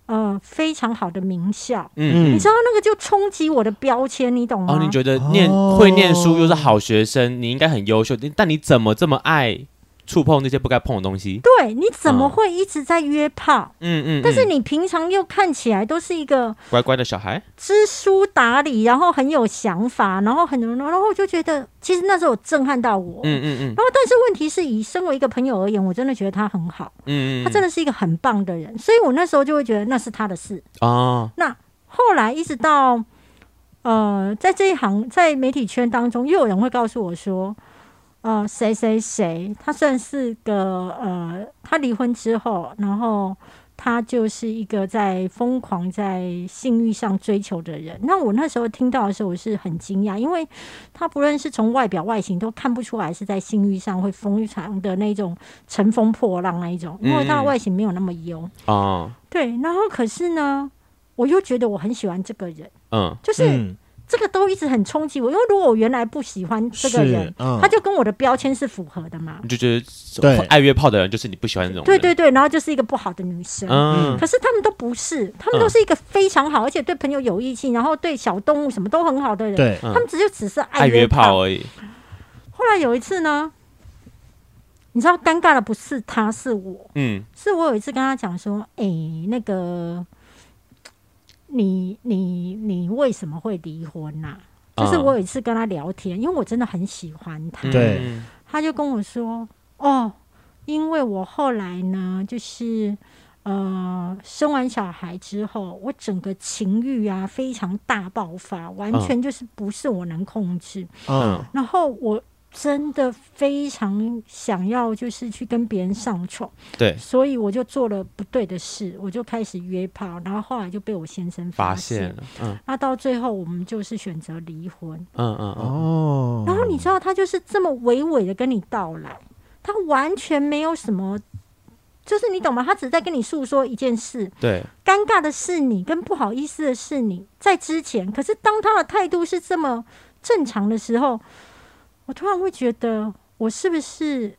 呃非常好的名校，
嗯。
你知道那个就冲击我的标签，你懂吗？
哦，你觉得念会念书又是好学生，你应该很优秀，但你怎么这么爱触碰那些不该碰的东西？
对，你怎么
嗯
会一直在约炮？
嗯嗯，
但是
嗯
你平常又看起来都是一个
乖乖的小孩，
知书达理，然后很有想法，然后很然后我就觉得，其实那时候震撼到我。
嗯嗯嗯
然后，但是问题是以身为一个朋友而言，我真的觉得他很好，
嗯嗯，
他真
的
的是一个很棒的人，所以我那时候就会觉得那是他的事。
哦，
那后来一直到呃，在这一行在媒体圈当中，又有人会告诉我说，呃，谁谁谁，他算是个呃，他离婚之后，然后他就是一个在疯狂在性欲上追求的人。那我那时候听到的时候，我是很惊讶，因为他不论是从外表外形都看不出来是在性欲上会疯狂的那种乘风破浪那一种，因为他的
嗯
外形没有那么优。
哦，
对，然后可是呢，我又觉得我很喜欢这个人，
嗯
就是这个都一直很冲击我，因为如果我原来不喜欢这个人
是，嗯
他就跟我的标签是符合的嘛。
你就觉得
对
爱约炮的人就是你不喜欢那种，
对，对对，然后就是一个不好的女生。
嗯
可是他们都不是，他们都是一个非常好，而且对朋友有义气，然后对小动物什么都很好的人。
对，
他们只就只是
嗯爱
爱
约炮
炮。
而已，
后来有一次呢，你知道尴尬的不是他，是我。
嗯
是我有一次跟他讲说，诶，那个，你你你为什么会离婚呐、
啊
就是我有一次跟他聊天，因为我真的很喜欢他，
对，
嗯
他就跟我说，哦，因为我后来呢，就是呃，生完小孩之后，我整个情欲啊非常大爆发，完全就是不是我能控制。
嗯
然后我真的非常想要，就是去跟别人上床，
对
所以我就做了不对的事，我就开始约炮，然后后来就被我先生
发
现
现了，嗯
那到最后，我们就是选择离婚。
嗯嗯嗯，
哦
然后你知道，他就是这么娓娓的跟你道来，他完全没有什么，就是你懂吗？他只是在跟你诉说一件事，
对，
尴尬的是你，跟不好意思的是你，在之前，可是当他的态度是这么正常的时候，我突然会觉得，我是不是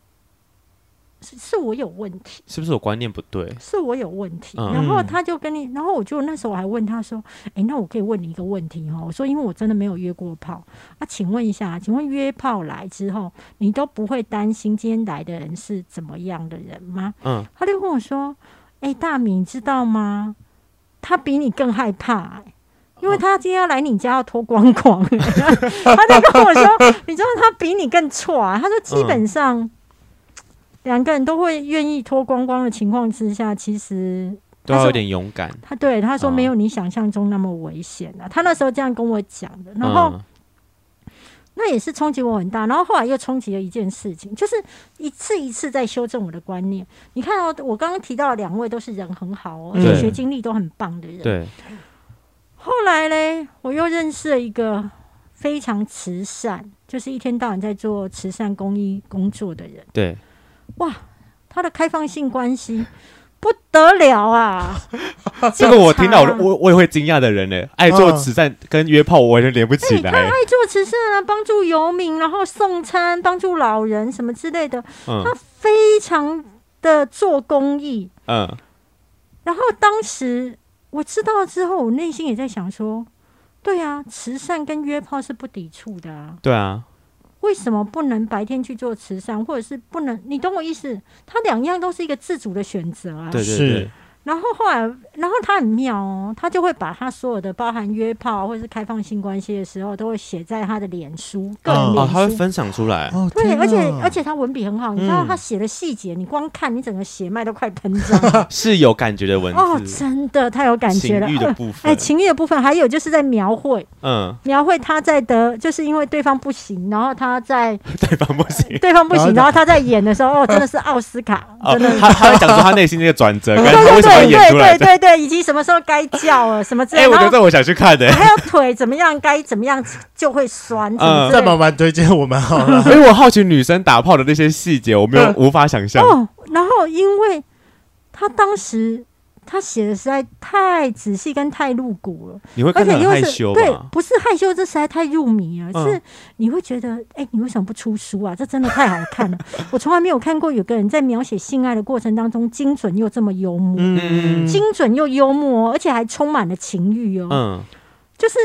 是是我有问题？
是不是我观念不对？
是我有问题。
嗯
然后他就跟你，然后我就那时候我还问他说：“诶，那我可以问你一个问题哦？我说，因为我真的没有约过炮啊，请问一下，请问约炮来之后，你都不会担心今天来的人是怎么样的人吗？”
嗯，
他就跟我说：“诶，大米，你知道吗？他比你更害怕、诶因为他今天要来你家要脱光光、诶他就跟我说，你知道他比你更错啊。他说基本上。两个人都会愿意脱光光的情况之下，其实
都要有点勇敢。
他对他说
嗯
没有你想象中那么危险啊。他那时候这样跟我讲的，然后、
嗯
那也是冲击我很大。然后后来又冲击了一件事情，就是一次一次在修正我的观念。你看哦，我刚刚提到的两位都是人很好哦，而
嗯
且学经历都很棒的人。
对，
后来嘞，我又认识了一个非常慈善，就是一天到晚在做慈善公益工作的人。
对，
哇，他的开放性 关系不得了啊！
这个我听到我
警察
我我也会惊讶的人呢，爱做慈善跟约炮我也连不起来。
哎爱做慈善啊，帮助游民，然后送餐，帮助老人什么之类的，
嗯
他非常的做公益。
嗯，
然后当时我知道了之后，我内心也在想说，对啊，慈善跟约炮是不抵触的啊，
对啊，
为什么不能白天去做慈善，或者是不能？你懂我意思？它两样都是一个自主的选择啊。
对对
是
对，
然后后来，然后他很妙哦，他就会把他所有的包含约炮或者是开放性关系的时候，都会写在他的脸书个人
哦，
脸
他会
书。
分享出来。
哦，
对，
天
而且
哪
而且他文笔很好，你知道
嗯
他写的细节，你光看你整个血脉都快喷张了。
是有感觉的文
哦，
字，
真的太有感觉了
情欲。的
呃
部分，
哎，情欲的部分，还有就是在描绘，
嗯，
描绘他在得， 就是因为对方不行，然后他在
对方不行。
对方不行，
然
然
后
后他在演的时候， 哦，真的是奥斯卡，
哦
真的，。
他他在讲说他内心那个转折，跟
对
他为什么要
对对
演出来
对对
的。
对对，以及什么时候该叫了，什么之
哎、
类的。
我觉
然
得
后
这我想去看 的、
还有腿怎么样，该怎么样就会酸，什
嗯
么之
再
类
慢
的。
慢推荐我们好了。
因为我好奇女生打炮的那些细节，我没有无法想象。
哦，然后因为他当时他写的实在太仔细跟太露骨了，
你会
而
看得
且
很
因为
害
是
羞
对，
吧？
不是害羞，这实在太入迷了，
嗯
是你会觉得，哎、你为什么不出书啊？ 这真的太好看了，我从来没有看过有个人在描写性爱的过程当中精准又这么幽默，
嗯，
精准又幽默哦，而且还充满了情欲哦，
嗯，
就是。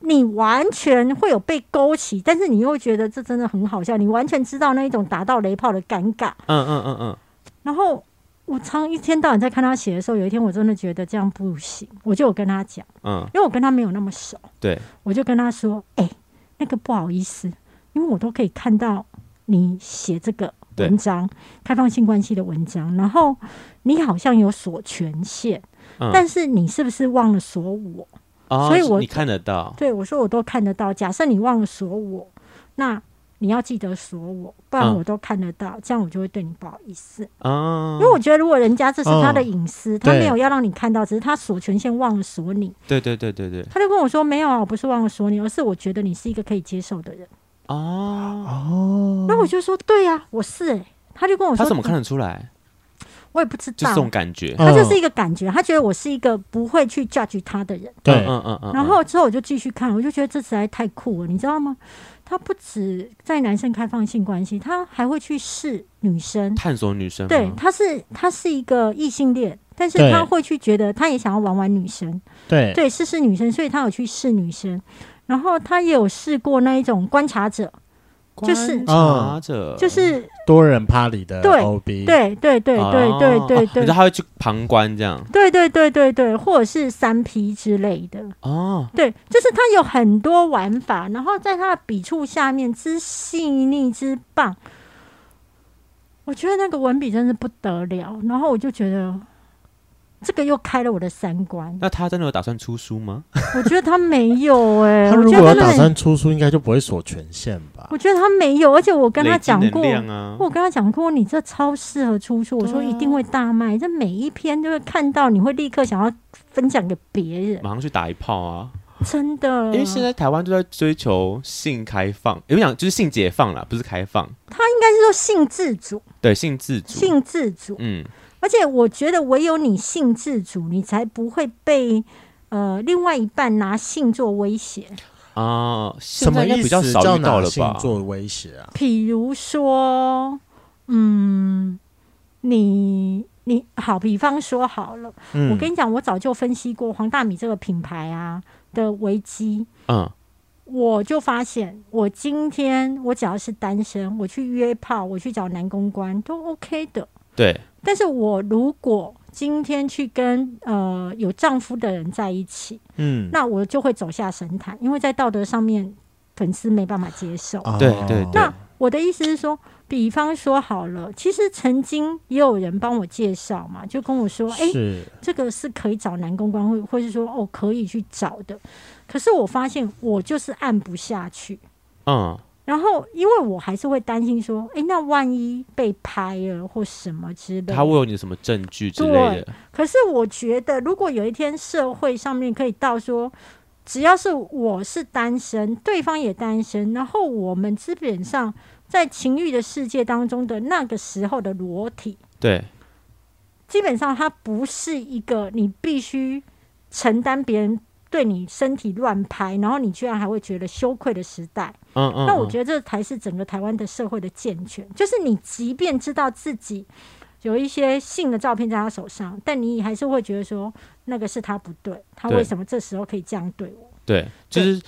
你完全会有被勾起，但是你又觉得这真的很好笑，你完全知道那一种打到雷炮的尴尬，
嗯嗯嗯嗯，
然后我常一天到晚在看他写的时候，有一天我真的觉得这样不行，我就有跟他讲，
嗯，
因为我跟他没有那么熟，
对，
我就跟他说：“哎、那个不好意思，因为我都可以看到你写这个文章，开放性关系的文章，然后你好像有锁权限，
嗯
但是你是不是忘了锁我？
哦
所以我
你看得到，
对我说我都看得到，假设你忘了锁我，那。”你要记得锁我，不然
嗯
我都看得到，这样我就会对你不好意思。
嗯，
因为我觉得，如果人家这是他的
嗯
隐私，他
对
没有要让你看到，只是他锁权限忘了锁你，
对对对对对，
他就跟我说：“没有啊，我不是忘了锁你，而是我觉得你是一个可以接受的人。
哦，
哦，
那我就说：“对呀、我是、欸。”他就跟我说：“
他怎么看？得出来？
我也不知
就是
道
这。种嗯感觉，
他就是一个感觉，他觉得我是一个不会去 judge 他的人。
对，
嗯嗯嗯，
然后之后我就继续看，我就觉得这实在太酷了，你知道吗？他不止在男生开放性关系，他还会去试女生。
嗯探索女生，
对，，他是他是一个异性恋，但是
对
他会去觉得他也想要玩玩女生。
对，
对，试试女生，所以他有去试女生，然后他也有试过那一种观察者，就是
拿着，
就是
多人趴里的
对
OB，，
对对对对对
呃哦
对
哦你知道
对。
他会去旁观这样，
对对对对对，或者是三 P 之类的，
哦，
对，就是他有很多玩法，然后在他的笔触下面之细腻之棒，我觉得那个文笔真是不得了，然后我就觉得这个又开了我的三观，
那他真的有打算出书吗？
我觉得他没有 哎、
他
我
如
觉
果要
得真的
打
很
算出书，应该就不会锁权限吧？
我觉得他没有，而且我跟他
累积
讲
能
过，
量啊，
我跟他讲过，你这超适合出书，我说一定会大卖，这每一篇就会看到，你会立刻想要分享给别人。
马上去打一炮啊，
真的，
因为现在台湾都在追求性开放，因为讲就是性解放啦，不是开放，
他应该是说性自主，
对性自主，
性自主，
嗯，
而且我觉得唯有你性自主，你才不会被呃另外一半拿性做威胁。
啊，
什
现在
么
应该
意
比较
思？
少
叫
遇到
拿
了
性
吧？
做威胁啊？
比如说，嗯，你你好，比方说好了，
嗯，
我跟你讲，我早就分析过黄大米这个品牌啊的危机。
嗯，
我就发现，我今天我只要是单身，我去约炮，我去找男公关都 OK 的。
对，
但是我如果今天去跟呃有丈夫的人在一起，
嗯，
那我就会走下神坛，因为在道德上面，粉丝没办法接受。
哦
对对对
那我的意思是说，比方说好了，其实曾经也有人帮我介绍嘛，就跟我说，哎、
是
这个是可以找男公关，或或是说哦可以去找的。可是我发现我就是按不下去，
嗯，
然后因为我还是会担心说，哎、那万一被拍了或什么之类
他会
的。
有你什么证据之类的？
可是我觉得，如果有一天社会上面可以到说，只要是我是单身，对方也单身，然后我们基本上在情欲的世界当中的那个时候的裸体，
对，
基本上它不是一个你必须承担别人对你身体乱拍，然后你居然还会觉得羞愧的时代。
嗯嗯，
那我
嗯
觉得这才是整个台湾的社会的健全，就是你即便知道自己有一些性的照片在他手上，但你还是会觉得说那个是他不对，他
对
为什么这时候可以这样对我？
对，就是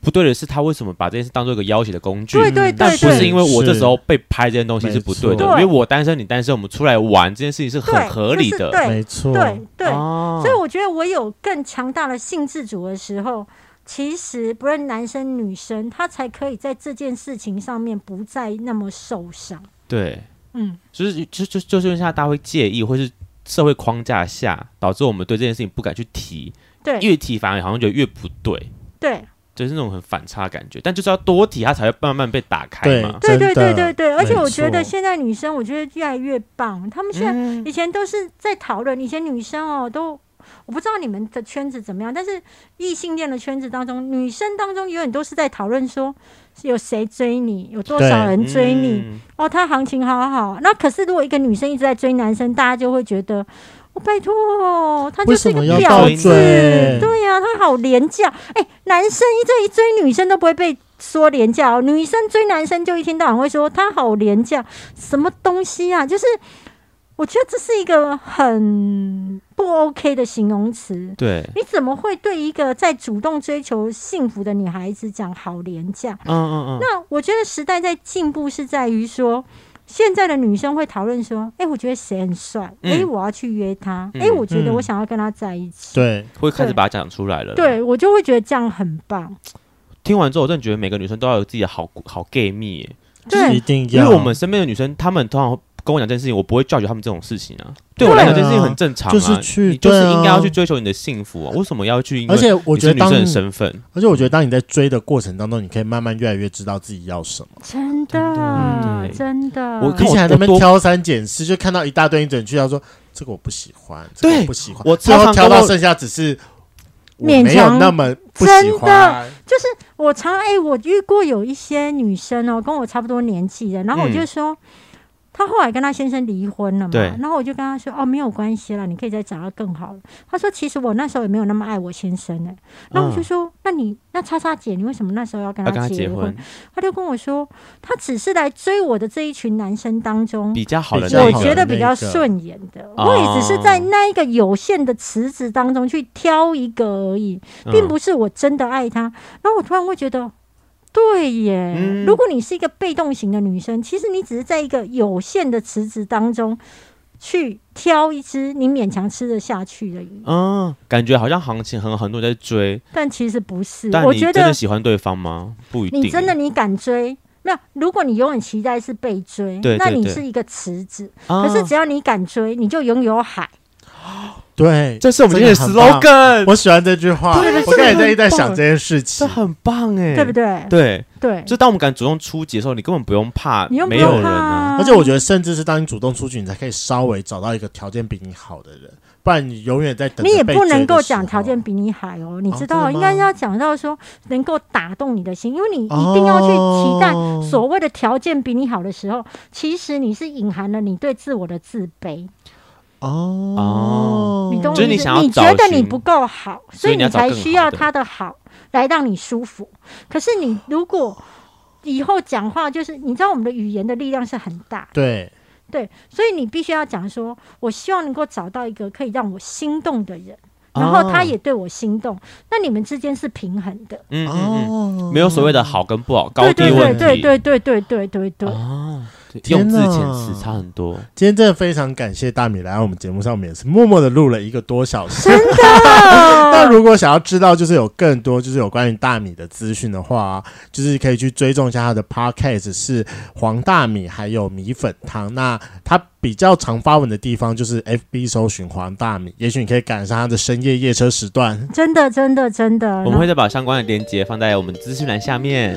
不对的是，他为什么把这件事当做一个要挟的工具？
对对
但
对
不是
对
因为我这
是
时候被拍这件东西是不对
没
的，
错
因
对
为我单身，你单身，我们出来玩这件事情是很
对
合理
就是
的。
对
没错，
对对，
嗯哦
所以我觉得我有更强大的性自主的时候，其实不论男生女生，他才可以在这件事情上面不再那么受伤。
对，
嗯，
就是就就就是因为现在大家会介意，或是社会框架下，导致我们对这件事情不敢去提，
对
越提反而好像觉得越不对，
对
就是那种很反差的感觉。但就是要多提，它才会慢慢被打开
对
嘛。
对对
真的
对对对，而且我觉
没
得
错
现在女生，我觉得越来越棒，她们现在
嗯，
以前都是在讨论，以前女生哦都。我不知道你们的圈子怎么样，但是异性恋的圈子当中，女生当中永远都是在讨论说有谁追你，有多少
对
人追你，
嗯
哦，他行情好好。那可是如果一个女生一直在追男生，大家就会觉得，哦、拜托、他就
为
是
什
一个
么要
婊
倒
子，
追？
对呀、他好廉价。哎、男生一这一追女生都不会被说廉价、哦，女生追男生就一天到晚会说他好廉价，什么东西啊？就是我觉得这是一个很不 OK 的形容词。
对，
你怎么会对一个在主动追求幸福的女孩子讲好廉价？
嗯嗯嗯，
那我觉得时代在进步是在于说，现在的女生会讨论说，哎、我觉得谁很帅，哎、
嗯
我要去约他，
嗯
哎、我觉得
嗯
我想要跟他在一起。
对，
会开始
对
把它讲出来了。
对，我就会觉得这样很棒。
听完之后，我真的觉得每个女生都要有自己的好好 gay 蜜耶，
就是一
对
定
因
要，
为我们身边的女生，她们通常跟我讲这件事情，我不会 judge 她们这种事情啊。对我来讲，
对啊
这件事情很正常、啊，
就是去
你就是
对啊
应该要去追求你的幸福啊，为什么要去因为
而且我
你
觉
是
得
女
当
生的身份？
而且我觉得，当你在追的过程当中，你可以慢慢越来越知道自己要什么。
真
嗯
的
对，
真的。
嗯我
之
看
前还在那
我
边
多
挑三拣四，就看到一大堆，你整去，他说这个我不喜欢，这个
对
我不喜欢，
我
最
超
后
常
挑
跟
到
我
剩下只是我
勉
没有
强
那么不喜欢，
就是我常哎、我遇过有一些女生哦、跟我差不多年纪的，然后我就说。她后来跟她先生离婚了
嗯
嘛
对，
然后我就跟她说：“哦，没有关系啦，你可以再找到更好的。”她说：“其实我那时候也没有那么爱我先生呢、欸然后我就说：“那你那叉叉姐，你为什么那时候要跟
嗯要跟她
他结
结婚，
他就跟我说，他只是来追我的这一群男生当中，
比较好的
比较
那
我
一
好
个
觉得比较
那个
顺眼的。
哦
我也只是在那一个有限的池子当中去挑一个而已，
嗯
并不是我真的爱他。然后我突然会觉得。对耶，
嗯
如果你是一个被动型的女生，其实你只是在一个有限的池子当中去挑一只你勉强吃得下去的鱼，
嗯嗯，感觉好像行情很很多人在追，
但其实不是。
但
嗯我
你
觉
真
得
的喜欸欢对方吗？不一定。
你真的你敢追？没有，如果你永远期待是被追，
对对
那你
对
是一个池子。
啊，
可是只要你敢追，你就拥有海。
对，
这是我们今天的
这个很棒
slogan，
我喜欢这句话，
对这
我
个
刚才在
很
在
棒
想这件事欸
这
情，
很棒哎，
对不对？
对，
对，
就当我们敢主动出击的时候，你根本不用怕
你又不
没
用
有人
怕
啊。
啊
而且我觉得，甚至是当你主动出去，你才可以稍微找到一个条件比你好的人，不然你永远在等着被
你
追
也
的时候。
不能够讲条件比你好哦，你知
真的
道，
吗
应该要讲到说能够打动你的心，因为你一定要去期
哦
待所谓的条件比你好的时候，其实你是隐含了你对自我的自卑，啊
哦
你懂我
就是你
意思？
想要
你
找
觉得你
寻
不够好，
所
所
以
以
你要
你
找更
才
好的
需要他的好来让你舒服。可是你如果以后讲话，就是你知道我们的语言的力量是很大，
对，
对，所以你必须要讲说，我希望能够找到一个可以让我心动的人，然后
哦
他也对我心动，那你们之间是平衡的。
嗯嗯
哦
嗯，没有所谓的好跟不好，高
对
低
对
问
对
题。
对对对对对对对，
啊，对
哦天
用字
哪
遣词差很多。
今天真的非常感谢大米来到我们节目上面，也是默默的录了一个多小时。
真
那
的。
如果想要知道就是有更多就是有关于大米的资讯的话，就是可以去追踪一下他的 podcast 是黄大米还有米粉汤。那他比较常发文的地方就是 FB 搜寻黄大米，也许你可以赶上他的深夜夜车时段。
真的，真的，真的，
我们会再把相关的链接放在我们资讯栏下面。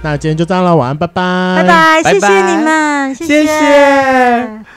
那今天就这样了，晚安，拜拜，
拜拜，
拜
谢谢
拜
你们，
谢谢
谢